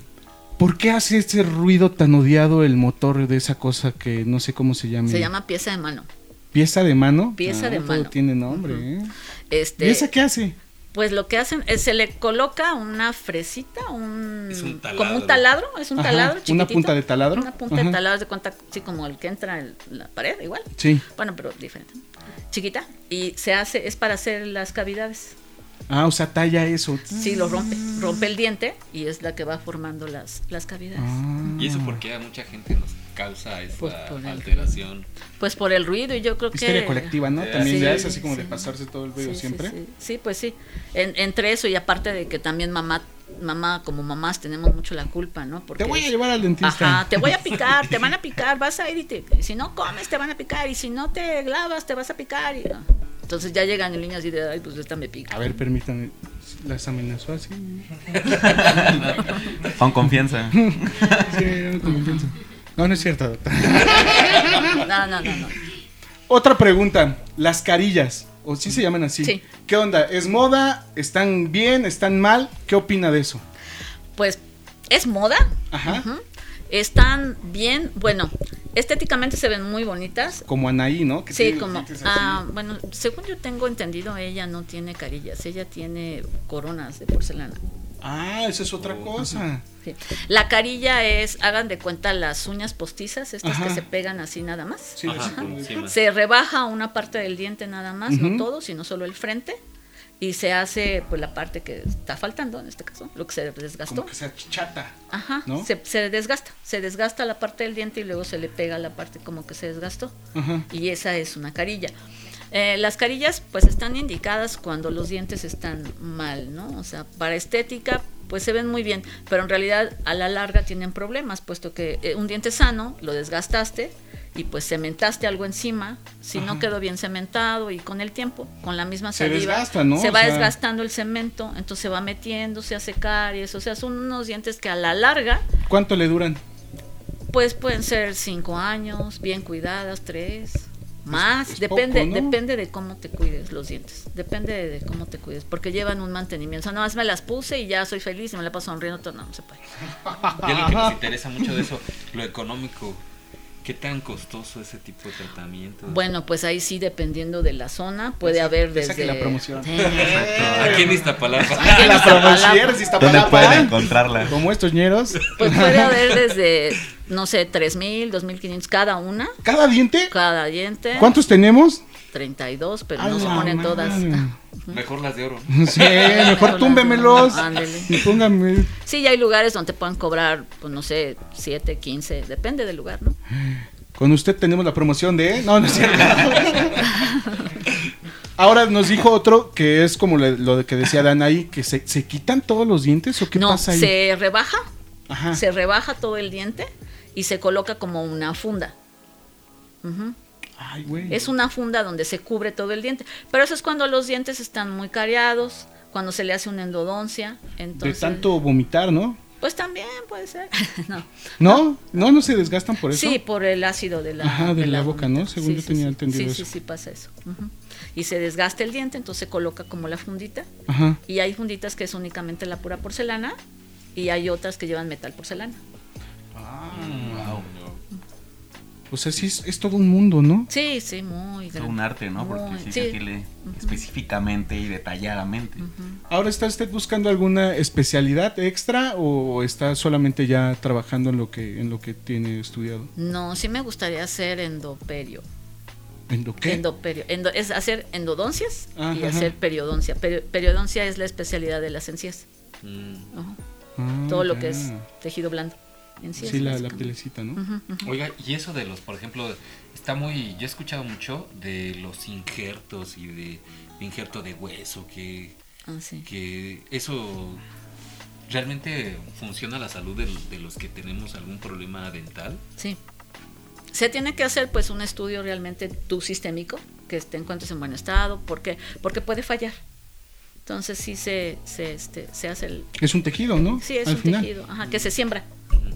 Speaker 3: ¿Por qué hace ese ruido tan odiado el motor de esa cosa que no sé cómo se llama?
Speaker 1: Se llama pieza de mano.
Speaker 3: pieza de mano. Ah,
Speaker 1: Pieza de
Speaker 3: todo
Speaker 1: mano.
Speaker 3: tiene nombre. ¿eh?
Speaker 1: Este,
Speaker 3: ¿Y esa qué hace?
Speaker 1: Pues lo que hacen es se le coloca una fresita, un,
Speaker 4: Es un taladro.
Speaker 1: como un taladro, es un
Speaker 3: Ajá,
Speaker 1: taladro
Speaker 3: una
Speaker 1: chiquitito.
Speaker 3: punta de taladro.
Speaker 1: Una punta
Speaker 3: Ajá.
Speaker 1: de taladro, haz de cuenta, sí, como el que entra en la pared, igual.
Speaker 3: Sí.
Speaker 1: Bueno, pero diferente. Chiquita. Y se hace, es para hacer las cavidades.
Speaker 3: Ah, o sea, talla eso.
Speaker 1: Sí, lo rompe. Rompe el diente y es la que va formando las, las cavidades.
Speaker 3: Ah.
Speaker 4: Y eso porque a mucha gente nos causa esa
Speaker 1: Pues por el-
Speaker 4: alteración.
Speaker 1: Pues por el ruido y yo creo
Speaker 3: Histeria
Speaker 1: que...
Speaker 3: colectiva, ¿no?
Speaker 4: Sí,
Speaker 3: También ya es
Speaker 1: sí,
Speaker 3: así como de
Speaker 1: sí.
Speaker 3: pasarse todo el ruido
Speaker 1: Sí, sí,
Speaker 3: siempre.
Speaker 1: Sí, Sí, pues sí. En- entre eso y aparte de que también mamá, mamá, como mamás tenemos mucho la culpa, ¿no? Porque
Speaker 3: Te voy a
Speaker 1: es-
Speaker 3: llevar al dentista.
Speaker 1: Ajá, te voy a picar, te van a picar, vas a ir y te, si no comes te van a picar y si no te lavas te vas a picar. y- ah. entonces ya llegan en líneas y de, ay, pues esta me pica.
Speaker 3: A ver, permítanme. Las amenazó así.
Speaker 2: Con confianza.
Speaker 3: Sí, con confianza. No, no es cierto.
Speaker 1: No, no, no, no.
Speaker 3: Otra pregunta, las carillas, o si se llaman así.
Speaker 1: Sí.
Speaker 3: ¿Qué onda? ¿Es moda? ¿Están bien? ¿Están mal? ¿Qué opina de eso?
Speaker 1: Pues es moda.
Speaker 3: Ajá.
Speaker 1: Ujú. Están bien, bueno, estéticamente se ven muy bonitas.
Speaker 3: Como Anaí, ¿no? Que
Speaker 1: Sí,
Speaker 3: tiene los
Speaker 1: como,
Speaker 3: dientes así.
Speaker 1: ah, bueno, según yo tengo entendido, ella no tiene carillas, ella tiene coronas de porcelana.
Speaker 3: Ah, esa es otra cosa.
Speaker 1: Sí. La carilla es, hagan de cuenta, las uñas postizas, estas
Speaker 3: Ajá.
Speaker 1: que se pegan así nada más.
Speaker 3: Sí,
Speaker 4: Ajá,
Speaker 3: así
Speaker 4: por
Speaker 3: como de-
Speaker 4: encima.
Speaker 1: Se rebaja una parte del diente nada más,
Speaker 3: Ujú.
Speaker 1: no todo, sino solo el frente. Y se hace pues la parte que está faltando, en este caso, lo que se desgastó.
Speaker 3: como que se achata.
Speaker 1: Ajá,
Speaker 3: ¿no?
Speaker 1: se, se desgasta. Se desgasta la parte del diente y luego se le pega la parte como que se desgastó.
Speaker 3: Ajá.
Speaker 1: Y esa es una carilla. Eh, las carillas pues están indicadas cuando los dientes están mal, ¿no? O sea, para estética pues se ven muy bien, pero en realidad a la larga tienen problemas, puesto que eh, un diente sano lo desgastaste y pues cementaste algo encima, si no
Speaker 3: Ajá.
Speaker 1: quedó bien cementado y con el tiempo, con la misma
Speaker 3: Se
Speaker 1: saliva,
Speaker 3: desgasta, ¿no?
Speaker 1: se
Speaker 3: O
Speaker 1: va
Speaker 3: sea-
Speaker 1: desgastando el cemento, entonces se va metiendo, se hace caries, o sea, son unos dientes que a la larga
Speaker 3: ¿Cuánto le duran?
Speaker 1: pues pueden ser cinco años, bien cuidadas, tres, más,
Speaker 3: es
Speaker 1: depende,
Speaker 3: poco, ¿no?
Speaker 1: depende de cómo te cuides los dientes, depende de, de cómo te cuides, porque llevan un mantenimiento. O sea, más me las puse y ya soy feliz y me la paso sonriendo, todo, no, no se puede.
Speaker 3: Ah.
Speaker 4: Y es lo que nos interesa mucho de eso, lo económico. ¿Qué tan costoso ese tipo de tratamiento?
Speaker 1: Bueno, pues ahí sí, dependiendo de la zona, puede haber
Speaker 3: esa
Speaker 1: desde.
Speaker 3: que la promoción.
Speaker 1: Sí, exacto.
Speaker 4: Aquí en Iztapalapa.
Speaker 1: Aquí en
Speaker 3: La
Speaker 1: Iztapalapa.
Speaker 3: promoción es
Speaker 2: ¿Dónde
Speaker 3: Iztapalapa.
Speaker 2: pueden encontrarla?
Speaker 3: Como estos ñeros.
Speaker 1: Pues puede haber desde, no sé, tres mil, dos mil quinientos cada una,
Speaker 3: ¿Cada diente?
Speaker 1: cada diente.
Speaker 3: ¿Cuántos tenemos?
Speaker 1: 32, pero
Speaker 3: A
Speaker 1: Ah, no se
Speaker 3: la
Speaker 1: ponen todas.
Speaker 3: madre.
Speaker 4: Mejor las de oro.
Speaker 3: Sí, mejor túmbemelos.
Speaker 1: Ándele.
Speaker 3: Y póngame.
Speaker 1: Sí, ya hay lugares donde pueden cobrar, pues no sé, 7, 15, depende del lugar, ¿no?
Speaker 3: ¿eh? Con usted tenemos la promoción de. No, no es cierto. Ahora nos dijo otro que es como le- lo que decía Danaí, que se, se quitan todos los dientes o qué
Speaker 1: no,
Speaker 3: pasa ahí. Ah.
Speaker 1: se rebaja,
Speaker 3: Ajá.
Speaker 1: se rebaja todo el diente y se coloca como una funda. Ujú.
Speaker 3: Ay, güey.
Speaker 1: Es una funda donde se cubre todo el diente. Pero eso es cuando los dientes están muy cariados, cuando se le hace una endodoncia.
Speaker 3: De
Speaker 1: Entonces,
Speaker 3: tanto vomitar, ¿no?
Speaker 1: Pues también puede ser. no.
Speaker 3: No, no, no se desgastan por eso.
Speaker 1: Sí, por el ácido de la,
Speaker 3: Ajá, de la boca, ¿no? Según yo tenía entendido
Speaker 1: sí,
Speaker 3: eso.
Speaker 1: Sí, sí, pasa eso. Ujú. Y se desgasta el diente, entonces se coloca como la fundita.
Speaker 3: Ajá.
Speaker 1: Y hay funditas que es únicamente la pura porcelana y hay otras que llevan metal porcelana.
Speaker 3: O sea, sí es, es todo un mundo, ¿no?
Speaker 1: Sí, sí, muy
Speaker 2: Es
Speaker 1: grande.
Speaker 2: un arte, ¿no? Porque
Speaker 1: Muy-
Speaker 2: sí,
Speaker 1: sí.
Speaker 2: se quiere específicamente y detalladamente.
Speaker 3: Ahora, ¿está usted buscando alguna especialidad extra o está solamente ya trabajando en lo que, en lo que tiene estudiado?
Speaker 1: No, sí me gustaría hacer endoperio.
Speaker 3: ¿En lo qué? Ah,
Speaker 1: Endoperio. Endo- es hacer endodoncias y
Speaker 3: Ajá.
Speaker 1: hacer periodoncia. Peri- periodoncia es la especialidad de las encías.
Speaker 4: Mm.
Speaker 1: Ajá.
Speaker 3: Ah,
Speaker 1: Todo lo
Speaker 3: ya.
Speaker 1: que es tejido blando. Encías,
Speaker 3: Sí, la, la
Speaker 1: básicamente.
Speaker 3: pielecita, ¿no?
Speaker 1: Ujú, ujú.
Speaker 4: Oiga, y eso de los, por ejemplo, está muy, yo he escuchado mucho de los injertos y de, de injerto de hueso, que,
Speaker 1: Ah, sí.
Speaker 4: que eso realmente funciona la salud del- de, los que tenemos algún problema dental.
Speaker 1: Sí. Se tiene que hacer pues un estudio realmente tu sistémico, que te encuentres en buen estado, porque, porque puede fallar. Entonces sí se, se, este, se hace el...
Speaker 3: Es un tejido, ¿no?
Speaker 1: Sí, es
Speaker 3: Al
Speaker 1: un
Speaker 3: final.
Speaker 1: tejido, ajá, que se siembra,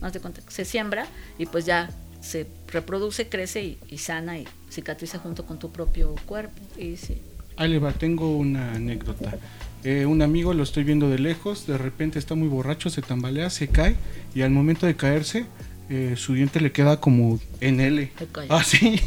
Speaker 1: haz de cuenta, se siembra y pues ya se reproduce, crece y, y sana y cicatriza junto con tu propio cuerpo. Y sí.
Speaker 3: Ahí le va, tengo una anécdota. Eh, un amigo lo estoy viendo de lejos, de repente está muy borracho, se tambalea, se cae y al momento de caerse eh, su diente le queda como en L.
Speaker 1: Ay, cállate.
Speaker 3: Así.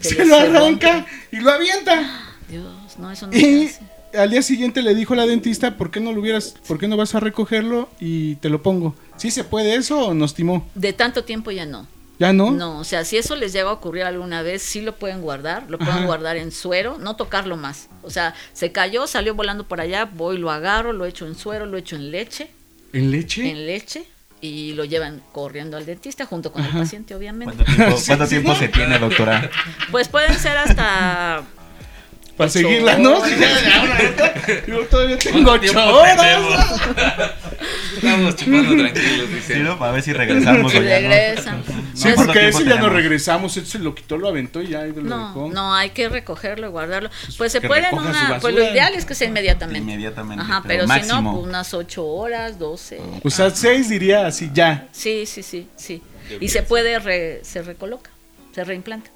Speaker 3: se
Speaker 1: le
Speaker 3: lo
Speaker 1: se
Speaker 3: arranca
Speaker 1: rompe.
Speaker 3: y lo avienta.
Speaker 1: Dios, no, eso no se
Speaker 3: Y
Speaker 1: hace.
Speaker 3: al día siguiente le dijo la dentista, ¿por qué no lo hubieras, por qué no vas a recogerlo y te lo pongo? ¿Sí se puede eso o nos timó?
Speaker 1: De tanto tiempo ya no.
Speaker 3: ¿Ya no?
Speaker 1: No, o sea, si eso les llega a ocurrir alguna vez, sí lo pueden guardar, lo pueden
Speaker 3: Ajá.
Speaker 1: guardar en suero, no tocarlo más. O sea, se cayó, salió volando por allá, voy, lo agarro, lo echo en suero, lo echo en leche,
Speaker 3: ¿En leche?
Speaker 1: en leche, y lo llevan corriendo al dentista junto con el paciente,
Speaker 2: ¿Cuánto
Speaker 1: obviamente.
Speaker 2: tiempo, cuánto tiempo se tiene, doctora?
Speaker 1: Pues pueden ser hasta...
Speaker 3: Para
Speaker 1: ocho
Speaker 3: seguirla, ¿no?
Speaker 1: horas.
Speaker 3: Yo todavía tengo
Speaker 4: ¿Cuánto tiempo
Speaker 3: ocho horas.
Speaker 4: tenemos? Estamos chupando tranquilos, dice.
Speaker 2: Sí, ¿no? Para ver si regresamos
Speaker 1: Y
Speaker 2: o ya no.
Speaker 1: regresan.
Speaker 3: Sí,
Speaker 2: No,
Speaker 1: Pues,
Speaker 2: ¿cuánto
Speaker 3: porque
Speaker 2: tiempo
Speaker 3: ese ya no
Speaker 2: tenemos?
Speaker 3: regresamos, ese se lo quitó, lo aventó y ya ahí lo
Speaker 1: No,
Speaker 3: dejó.
Speaker 1: no, hay que recogerlo y guardarlo. Pues se
Speaker 3: que
Speaker 1: puede en
Speaker 3: recoja su
Speaker 1: una... Pues lo
Speaker 3: basura.
Speaker 1: ideal es que sea inmediatamente.
Speaker 2: Inmediatamente,
Speaker 1: Ajá,
Speaker 2: pero
Speaker 1: pero, si no,
Speaker 2: máximo.
Speaker 1: pues unas ocho horas, 12.
Speaker 3: O sea, seis diría así ya.
Speaker 1: Sí, sí, sí, sí. Y se puede, re- se recoloca, se reimplanta.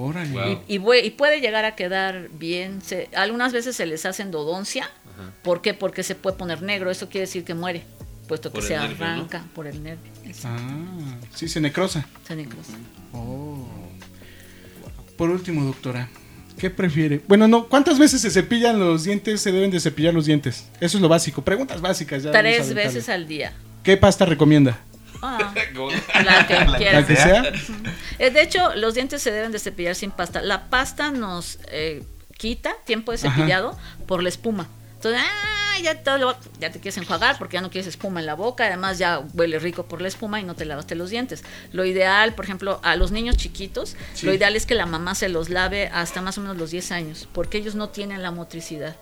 Speaker 3: Órale.
Speaker 4: Wow.
Speaker 1: Y, bue- y puede llegar a quedar bien. se- algunas veces se les hace endodoncia. ¿Por qué? Porque se puede poner negro. Eso quiere decir que muere, puesto que
Speaker 4: Por
Speaker 1: se
Speaker 4: el nervio, ¿no?
Speaker 1: arranca por el nervio. Exacto,
Speaker 3: Ah, sí, se necrosa.
Speaker 1: se necrosa.
Speaker 3: Por último, doctora, ¿qué prefiere? Bueno, no, ¿cuántas veces se cepillan los dientes? Se deben de cepillar los dientes. Eso es lo básico. Preguntas básicas. Ya vamos a
Speaker 1: Tres
Speaker 3: aventarle.
Speaker 1: veces al día.
Speaker 3: ¿Qué pasta recomienda?
Speaker 1: Ah,
Speaker 4: Go-
Speaker 1: la que
Speaker 2: La que
Speaker 1: quieras.
Speaker 3: ¿La que sea?
Speaker 2: sea.
Speaker 1: Eh, De hecho, los dientes se deben de cepillar sin pasta. La pasta nos eh, quita tiempo de
Speaker 3: Ajá.
Speaker 1: cepillado por la espuma. Entonces, ah, ya, todo lo- ya te quieres enjuagar porque ya no quieres espuma en la boca. Además, ya huele rico por la espuma y no te lavaste los dientes. Lo ideal, por ejemplo, a los niños chiquitos,
Speaker 3: Sí.
Speaker 1: lo ideal es que la mamá se los lave hasta más o menos los 10 años porque ellos no tienen la motricidad.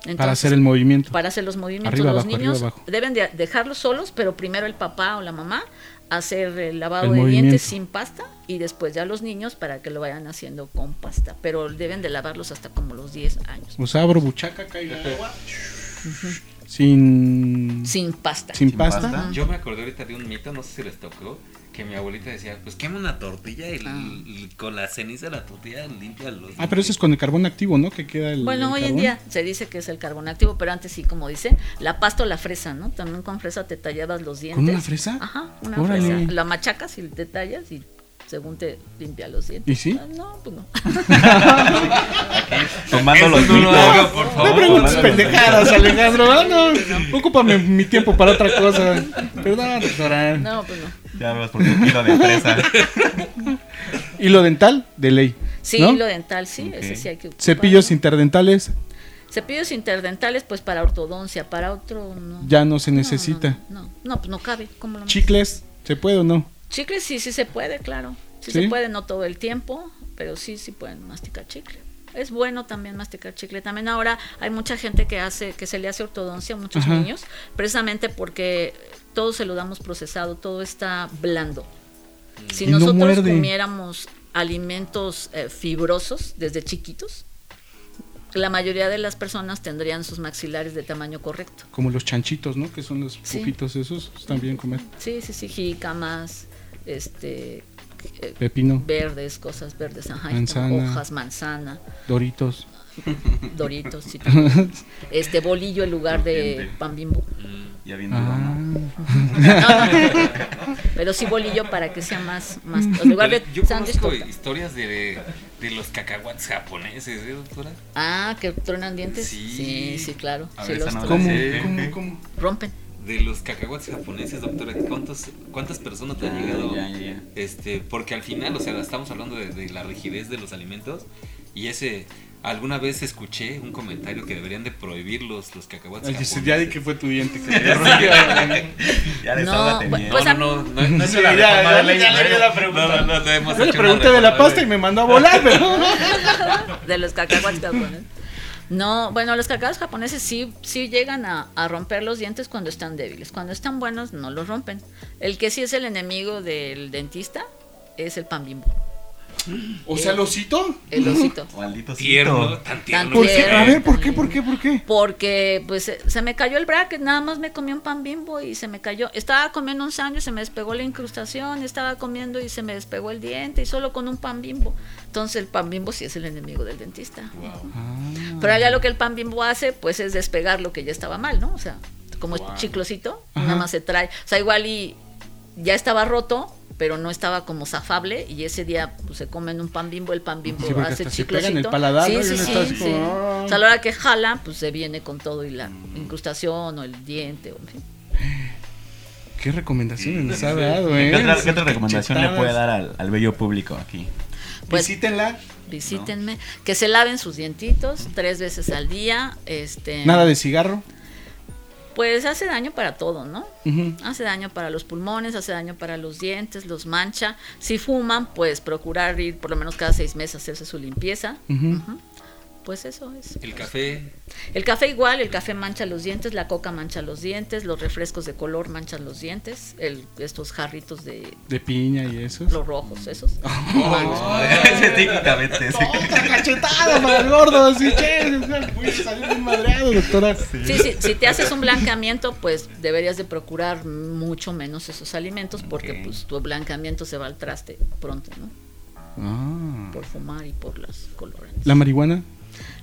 Speaker 3: Para
Speaker 1: Entonces,
Speaker 3: hacer el movimiento.
Speaker 1: para hacer los movimientos.
Speaker 3: Arriba,
Speaker 1: los
Speaker 3: abajo,
Speaker 1: niños
Speaker 3: arriba, abajo.
Speaker 1: deben de dejarlos solos, pero primero el papá o la mamá hacer el lavado
Speaker 3: El
Speaker 1: de
Speaker 3: movimiento.
Speaker 1: dientes sin pasta y después ya los niños para que lo vayan haciendo con pasta, pero deben de lavarlos hasta como los 10 años.
Speaker 3: O sea, abro buchaca, caiga agua. Sin... Mm. Sin,
Speaker 1: Sin pasta.
Speaker 3: pasta.
Speaker 2: pasta.
Speaker 4: Yo me acordé ahorita de un mito, no sé si les tocó, que mi abuelita decía, pues quema una tortilla y,
Speaker 1: Ah.
Speaker 4: l- l- con la ceniza de la tortilla limpia los...
Speaker 3: Ah, pero eso es con el carbón activo, ¿no? Que queda el
Speaker 1: Bueno,
Speaker 3: el
Speaker 1: hoy en
Speaker 3: carbón.
Speaker 1: día se dice que es el carbón activo, pero antes sí, como dice, la pasta o la fresa, ¿no? También con fresa te tallabas los dientes.
Speaker 3: una fresa?
Speaker 1: Ajá, una
Speaker 3: Órale.
Speaker 1: fresa. La machacas y te tallas y según te limpia los dientes.
Speaker 3: ¿Y sí?
Speaker 1: Ah, No, pues no.
Speaker 2: Tomando los
Speaker 4: Eso no lo haga,
Speaker 2: mitos.
Speaker 4: por
Speaker 3: No
Speaker 4: favor.
Speaker 3: preguntes
Speaker 2: Tomando los
Speaker 3: pendejadas, Alejandro. Ah, no. Ocúpame mi tiempo para otra cosa. Perdón, doctora.
Speaker 1: No, pues no.
Speaker 2: mitos. Ya hablas por tu kilo de fresa.
Speaker 3: Y lo dental, de ley.
Speaker 1: Sí,
Speaker 3: ¿no?
Speaker 1: lo dental, sí, ese
Speaker 2: Ok.
Speaker 1: sí hay que ocuparlo.
Speaker 3: Cepillos interdentales
Speaker 1: Cepillos interdentales, pues para ortodoncia, para otro no.
Speaker 3: ya no se
Speaker 1: No,
Speaker 3: necesita.
Speaker 1: No, no, no, No, pues no cabe. ¿cómo lo metes?
Speaker 3: Chicles, ¿se puede o no?
Speaker 1: Chicles sí, sí se puede, claro. Sí,
Speaker 3: ¿Sí?
Speaker 1: se puede, no todo el tiempo, pero sí, sí pueden masticar chicle. es bueno también masticar chicle. También ahora hay mucha gente que hace, que se le hace ortodoncia a muchos
Speaker 3: Ajá.
Speaker 1: niños, precisamente porque todo se lo damos procesado, todo está blando. Si
Speaker 3: Mm. Y no
Speaker 1: nosotros
Speaker 3: muerde.
Speaker 1: comiéramos alimentos eh, fibrosos desde chiquitos, la mayoría de las personas tendrían sus maxilares de tamaño correcto.
Speaker 3: Como los chanchitos, ¿no? Que son los
Speaker 1: Sí.
Speaker 3: pujitos esos. Están bien comer.
Speaker 1: Sí, sí, sí, jícamas, este, eh,
Speaker 3: Pepino,
Speaker 1: verdes, cosas verdes, ajá,
Speaker 3: Manzana.
Speaker 1: hojas, manzana,
Speaker 3: doritos.
Speaker 1: doritos, sí, este bolillo en lugar de
Speaker 2: Crujiente.
Speaker 1: pan bimbo.
Speaker 2: Ya bien duro,
Speaker 3: Ah,
Speaker 2: ¿no?
Speaker 1: Pero sí bolillo para que sea más, más en lugar de
Speaker 4: Yo
Speaker 1: sándwich
Speaker 4: conozco
Speaker 1: torta.
Speaker 4: historias de, de los cacahuates japoneses, ¿eh, doctora?
Speaker 1: Ah, que truenan dientes. Sí,
Speaker 4: Sí.
Speaker 1: sí, claro.
Speaker 2: A
Speaker 1: sí
Speaker 2: ver,
Speaker 1: los
Speaker 2: esa no la
Speaker 3: ¿Cómo,
Speaker 2: Sí.
Speaker 3: cómo, cómo?
Speaker 1: rompen.
Speaker 4: De los cacahuates japoneses, doctora, ¿cuántos, ¿cuántas personas te han
Speaker 2: Ah,
Speaker 4: llegado?
Speaker 2: ya, ya, ya.
Speaker 4: Este, porque al final, o sea, estamos hablando de, de la rigidez de los alimentos y ese... Alguna vez escuché un comentario que deberían de prohibir los, los cacahuates japoneses.
Speaker 3: Ya de que fue tu diente. que te rompió.
Speaker 2: Ya desahógate
Speaker 1: bu-
Speaker 2: bien.
Speaker 1: pues a-
Speaker 4: no, no, no, no, no es
Speaker 3: Sí,
Speaker 4: una
Speaker 3: ya,
Speaker 4: reforma
Speaker 3: ya,
Speaker 4: de ley,
Speaker 3: ya le di
Speaker 4: no,
Speaker 3: la pregunta.
Speaker 4: no, no, no hemos
Speaker 3: Yo le
Speaker 4: hecho una
Speaker 3: pregunté de la
Speaker 4: reforma
Speaker 3: pasta y me mandó a volar, pero...
Speaker 1: de los cacahuates japoneses. No, bueno, los cacahuates japoneses sí, sí llegan a, a romper los dientes cuando están débiles. Cuando están buenos no los rompen. El que sí es el enemigo del dentista es el pan bimbo,
Speaker 3: O sea, el osito.
Speaker 1: el osito.
Speaker 2: Maldito
Speaker 4: pues. Tierno,
Speaker 2: cito.
Speaker 4: tan tierno.
Speaker 3: ¿Por qué?
Speaker 4: que
Speaker 3: A
Speaker 4: es.
Speaker 3: ver, ¿por qué, por qué, por qué?
Speaker 1: Porque pues se- se me cayó el bracket, nada más me comí un pan bimbo y se me cayó. Estaba comiendo un sándwich, se me despegó la incrustación, estaba comiendo y se me despegó el diente y solo con un pan bimbo. Entonces el pan bimbo sí es el enemigo del dentista.
Speaker 4: Wow.
Speaker 3: Ah,
Speaker 1: Pero allá lo que el pan bimbo hace, pues es despegar lo que ya estaba mal, ¿no? O sea, como es
Speaker 4: Wow.
Speaker 1: chiclosito,
Speaker 3: Ajá.
Speaker 1: nada más se trae. O sea, igual y ya estaba roto, pero no estaba como zafable y ese día pues, se comen un pan bimbo, el pan bimbo
Speaker 3: Sí, porque
Speaker 1: hace
Speaker 3: hasta se
Speaker 1: chiclosito.
Speaker 3: pega en el paladar,
Speaker 1: sí,
Speaker 3: ¿no? Y
Speaker 1: sí,
Speaker 3: uno
Speaker 1: sí,
Speaker 3: está así
Speaker 1: sí.
Speaker 3: como, ah.
Speaker 1: O sea, a la hora que jala, pues se viene con todo y la incrustación o el diente. o en fin.
Speaker 3: ¿Qué recomendaciones nos ha
Speaker 4: Sí.
Speaker 3: dado, eh?
Speaker 2: ¿Qué otra,
Speaker 3: Esas
Speaker 2: qué otra recomendación le
Speaker 3: cachetadas.
Speaker 2: puede dar al, al bello público aquí?
Speaker 1: Pues-
Speaker 3: Visítenla.
Speaker 1: Visítenme, que se laven sus dientitos tres veces al día. Este,
Speaker 3: Nada de cigarro.
Speaker 1: Pues hace daño para todo, ¿no?
Speaker 3: Ujú.
Speaker 1: Hace daño para los pulmones, hace daño para los dientes, los mancha. Si fuman, pues procurar ir por lo menos cada seis meses a hacerse su limpieza.
Speaker 3: Ujú.
Speaker 1: Ujú. Pues eso es.
Speaker 4: El café,
Speaker 1: El café igual, el café mancha los dientes, la coca mancha los dientes, los refrescos de color manchan los dientes, el, estos jarritos de
Speaker 3: De piña y eso.
Speaker 1: los rojos, esos.
Speaker 4: Ah.
Speaker 2: Ese Técnicamente, sí.
Speaker 3: cachetada para el gordo! Así, che, o sea, voy a salir bien madreado, doctora.
Speaker 1: Sí, sí, si te haces un blanqueamiento, pues deberías de procurar mucho menos esos alimentos porque
Speaker 2: Ok.
Speaker 1: pues tu blanqueamiento se va al traste pronto, ¿no?
Speaker 3: Ah.
Speaker 1: Por fumar y por las colorantes.
Speaker 3: La marihuana.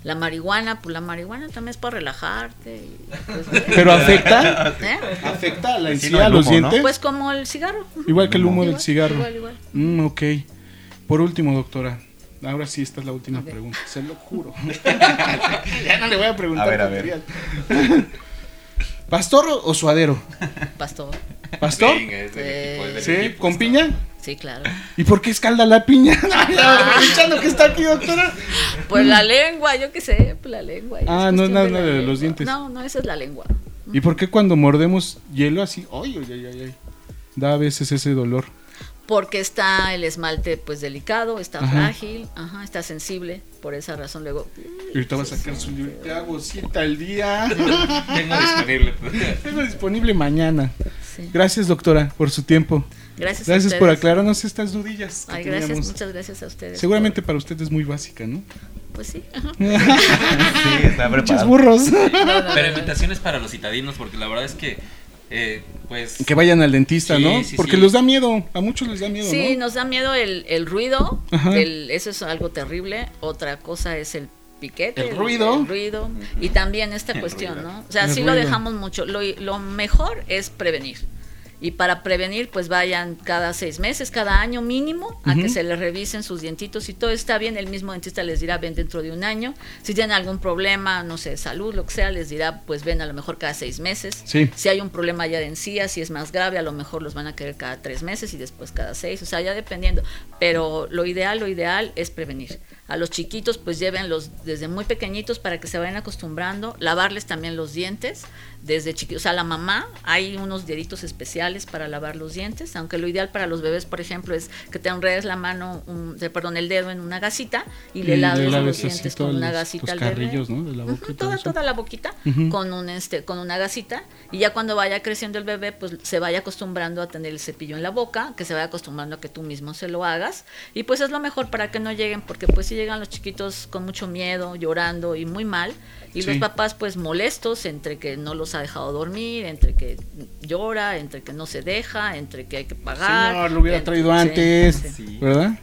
Speaker 1: La marihuana, pues la marihuana también es para relajarte. y, pues, ¿eh?
Speaker 3: ¿Pero afecta?
Speaker 1: ¿Eh?
Speaker 3: ¿Afecta la
Speaker 2: Sí,
Speaker 3: encía,
Speaker 2: no, el
Speaker 3: los
Speaker 2: humo, ¿no?
Speaker 3: dientes?
Speaker 1: Pues como el cigarro. ujú.
Speaker 3: Igual que el humo del
Speaker 1: Igual,
Speaker 3: cigarro.
Speaker 1: Igual, igual.
Speaker 3: Mm, ok. Por último, doctora. Ahora sí, esta es la última
Speaker 1: Ok.
Speaker 3: pregunta. Se lo juro. ya no le voy a preguntar.
Speaker 2: A ver, a
Speaker 3: tonterías. ¿Pastor o suadero?
Speaker 1: Pastor.
Speaker 3: ¿Pastor?
Speaker 4: venga, es del
Speaker 1: Eh,
Speaker 4: equipo, es del
Speaker 3: Sí,
Speaker 4: equipo,
Speaker 3: con
Speaker 4: está-
Speaker 3: piña.
Speaker 1: Sí, claro.
Speaker 3: ¿Y por qué escalda la piña?
Speaker 2: Ah.
Speaker 3: Aprovechando que está aquí, doctora.
Speaker 1: Pues la lengua, yo qué sé, pues la lengua. y
Speaker 3: Ah,
Speaker 1: es
Speaker 3: no,
Speaker 1: cuestión
Speaker 3: nada,
Speaker 1: la
Speaker 3: nada de
Speaker 1: lengua.
Speaker 3: los dientes.
Speaker 1: No, no, esa es la lengua.
Speaker 3: ¿Y por qué cuando mordemos hielo así? Ay, ay, ay, ay, ay. Da a veces ese dolor.
Speaker 1: Porque está el esmalte, pues delicado, está
Speaker 3: Ajá.
Speaker 1: frágil, ajá, está sensible. Por esa razón luego. mm,
Speaker 3: Y ahorita va a sacar su libro. Te hago cita al día.
Speaker 4: Tengo disponible.
Speaker 3: Tengo disponible mañana.
Speaker 1: sí.
Speaker 3: Gracias, doctora, por su tiempo.
Speaker 1: Gracias. a
Speaker 3: Gracias por
Speaker 1: ustedes.
Speaker 3: aclararnos estas dudillas. que
Speaker 1: Ay, gracias,
Speaker 3: teníamos.
Speaker 1: muchas gracias a ustedes.
Speaker 3: Seguramente para usted es muy básica, ¿no?
Speaker 1: por- Pues sí. ajá.
Speaker 2: Sí, está
Speaker 3: Muchos
Speaker 2: preparado.
Speaker 3: burros.
Speaker 4: Pero invitaciones para los citadinos, porque la verdad es que, eh, pues.
Speaker 3: que vayan al dentista,
Speaker 4: Sí,
Speaker 3: ¿no?
Speaker 4: sí,
Speaker 3: Porque
Speaker 4: sí.
Speaker 3: los da miedo. A muchos les da miedo,
Speaker 1: Sí,
Speaker 3: ¿no?
Speaker 1: nos da miedo el, el ruido,
Speaker 3: Ajá.
Speaker 1: el- eso es algo terrible. Otra cosa es el piquete,
Speaker 3: El ruido.
Speaker 1: el ruido, y también esta cuestión,
Speaker 2: ruido.
Speaker 1: ¿no? O sea,
Speaker 3: El
Speaker 1: sí lo
Speaker 3: ruido.
Speaker 1: dejamos mucho. Lo, lo mejor es prevenir. Y para prevenir, pues vayan cada seis meses, cada año mínimo, a que
Speaker 3: Ujú.
Speaker 1: se les revisen sus dientitos. Si todo está bien, el mismo dentista les dirá, ven dentro de un año. Si tienen algún problema, no sé, de salud, lo que sea, les dirá, pues ven a lo mejor cada seis meses.
Speaker 3: Sí.
Speaker 1: Si hay un problema ya de encías, si es más grave, a lo mejor los van a querer cada tres meses y después cada seis, o sea, ya dependiendo. Pero lo ideal, lo ideal es prevenir. A los chiquitos, pues llévenlos desde muy pequeñitos para que se vayan acostumbrando, lavarles también los dientes desde chiquitos. O sea, la mamá, hay unos deditos especiales ideales para lavar los dientes, aunque lo ideal para los bebés, por ejemplo, es que te enredes la mano, un- de- perdón, el dedo en una gasita y le laves los
Speaker 3: así
Speaker 1: dientes
Speaker 3: todos
Speaker 1: con una
Speaker 3: los-
Speaker 1: gasita
Speaker 3: los
Speaker 1: al bebé.
Speaker 3: carrillos, ¿no? De la boca
Speaker 1: Ujú,
Speaker 3: y todo
Speaker 1: toda,
Speaker 3: eso.
Speaker 1: toda la boquita
Speaker 3: Ujú.
Speaker 1: con un este con una gasita y ya cuando vaya creciendo el bebé pues se vaya acostumbrando a tener el cepillo en la boca que se vaya acostumbrando a que tú mismo se lo hagas y pues es lo mejor para que no lleguen porque pues si llegan los chiquitos con mucho miedo llorando y muy mal y los
Speaker 3: Sí.
Speaker 1: papás pues molestos entre que no los ha dejado dormir entre que llora entre que no se deja entre que hay que pagar
Speaker 3: Señor, lo hubiera
Speaker 1: entre-
Speaker 3: traído
Speaker 1: sí,
Speaker 3: antes,
Speaker 1: sí.
Speaker 2: sí.
Speaker 3: ¿verdad?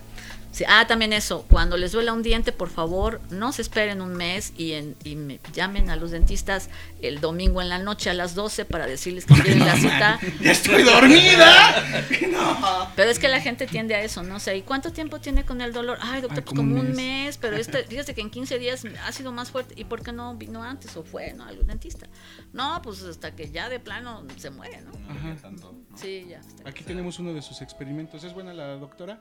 Speaker 1: Sí, ah, también eso, cuando les duela un diente, por favor, no se esperen un mes y, en- y me llamen a los dentistas el domingo en la noche a las 12 para decirles que tienen la cita.
Speaker 3: ¡Ya estoy dormida!
Speaker 1: Pero es que la gente tiende a eso, no sé. ¿Y cuánto tiempo tiene con el dolor? Ay, doctor,
Speaker 3: Ay,
Speaker 1: pues como un mes, pero este, fíjese que en 15 días ha sido más fuerte. ¿Y por qué no vino antes o fue, no, al dentista? No, pues hasta que ya de plano se muere, ¿no?
Speaker 2: No le veía tanto, ¿no?
Speaker 1: Sí, ya. hasta que-
Speaker 3: Aquí tenemos uno de sus experimentos. ¿Es buena la doctora?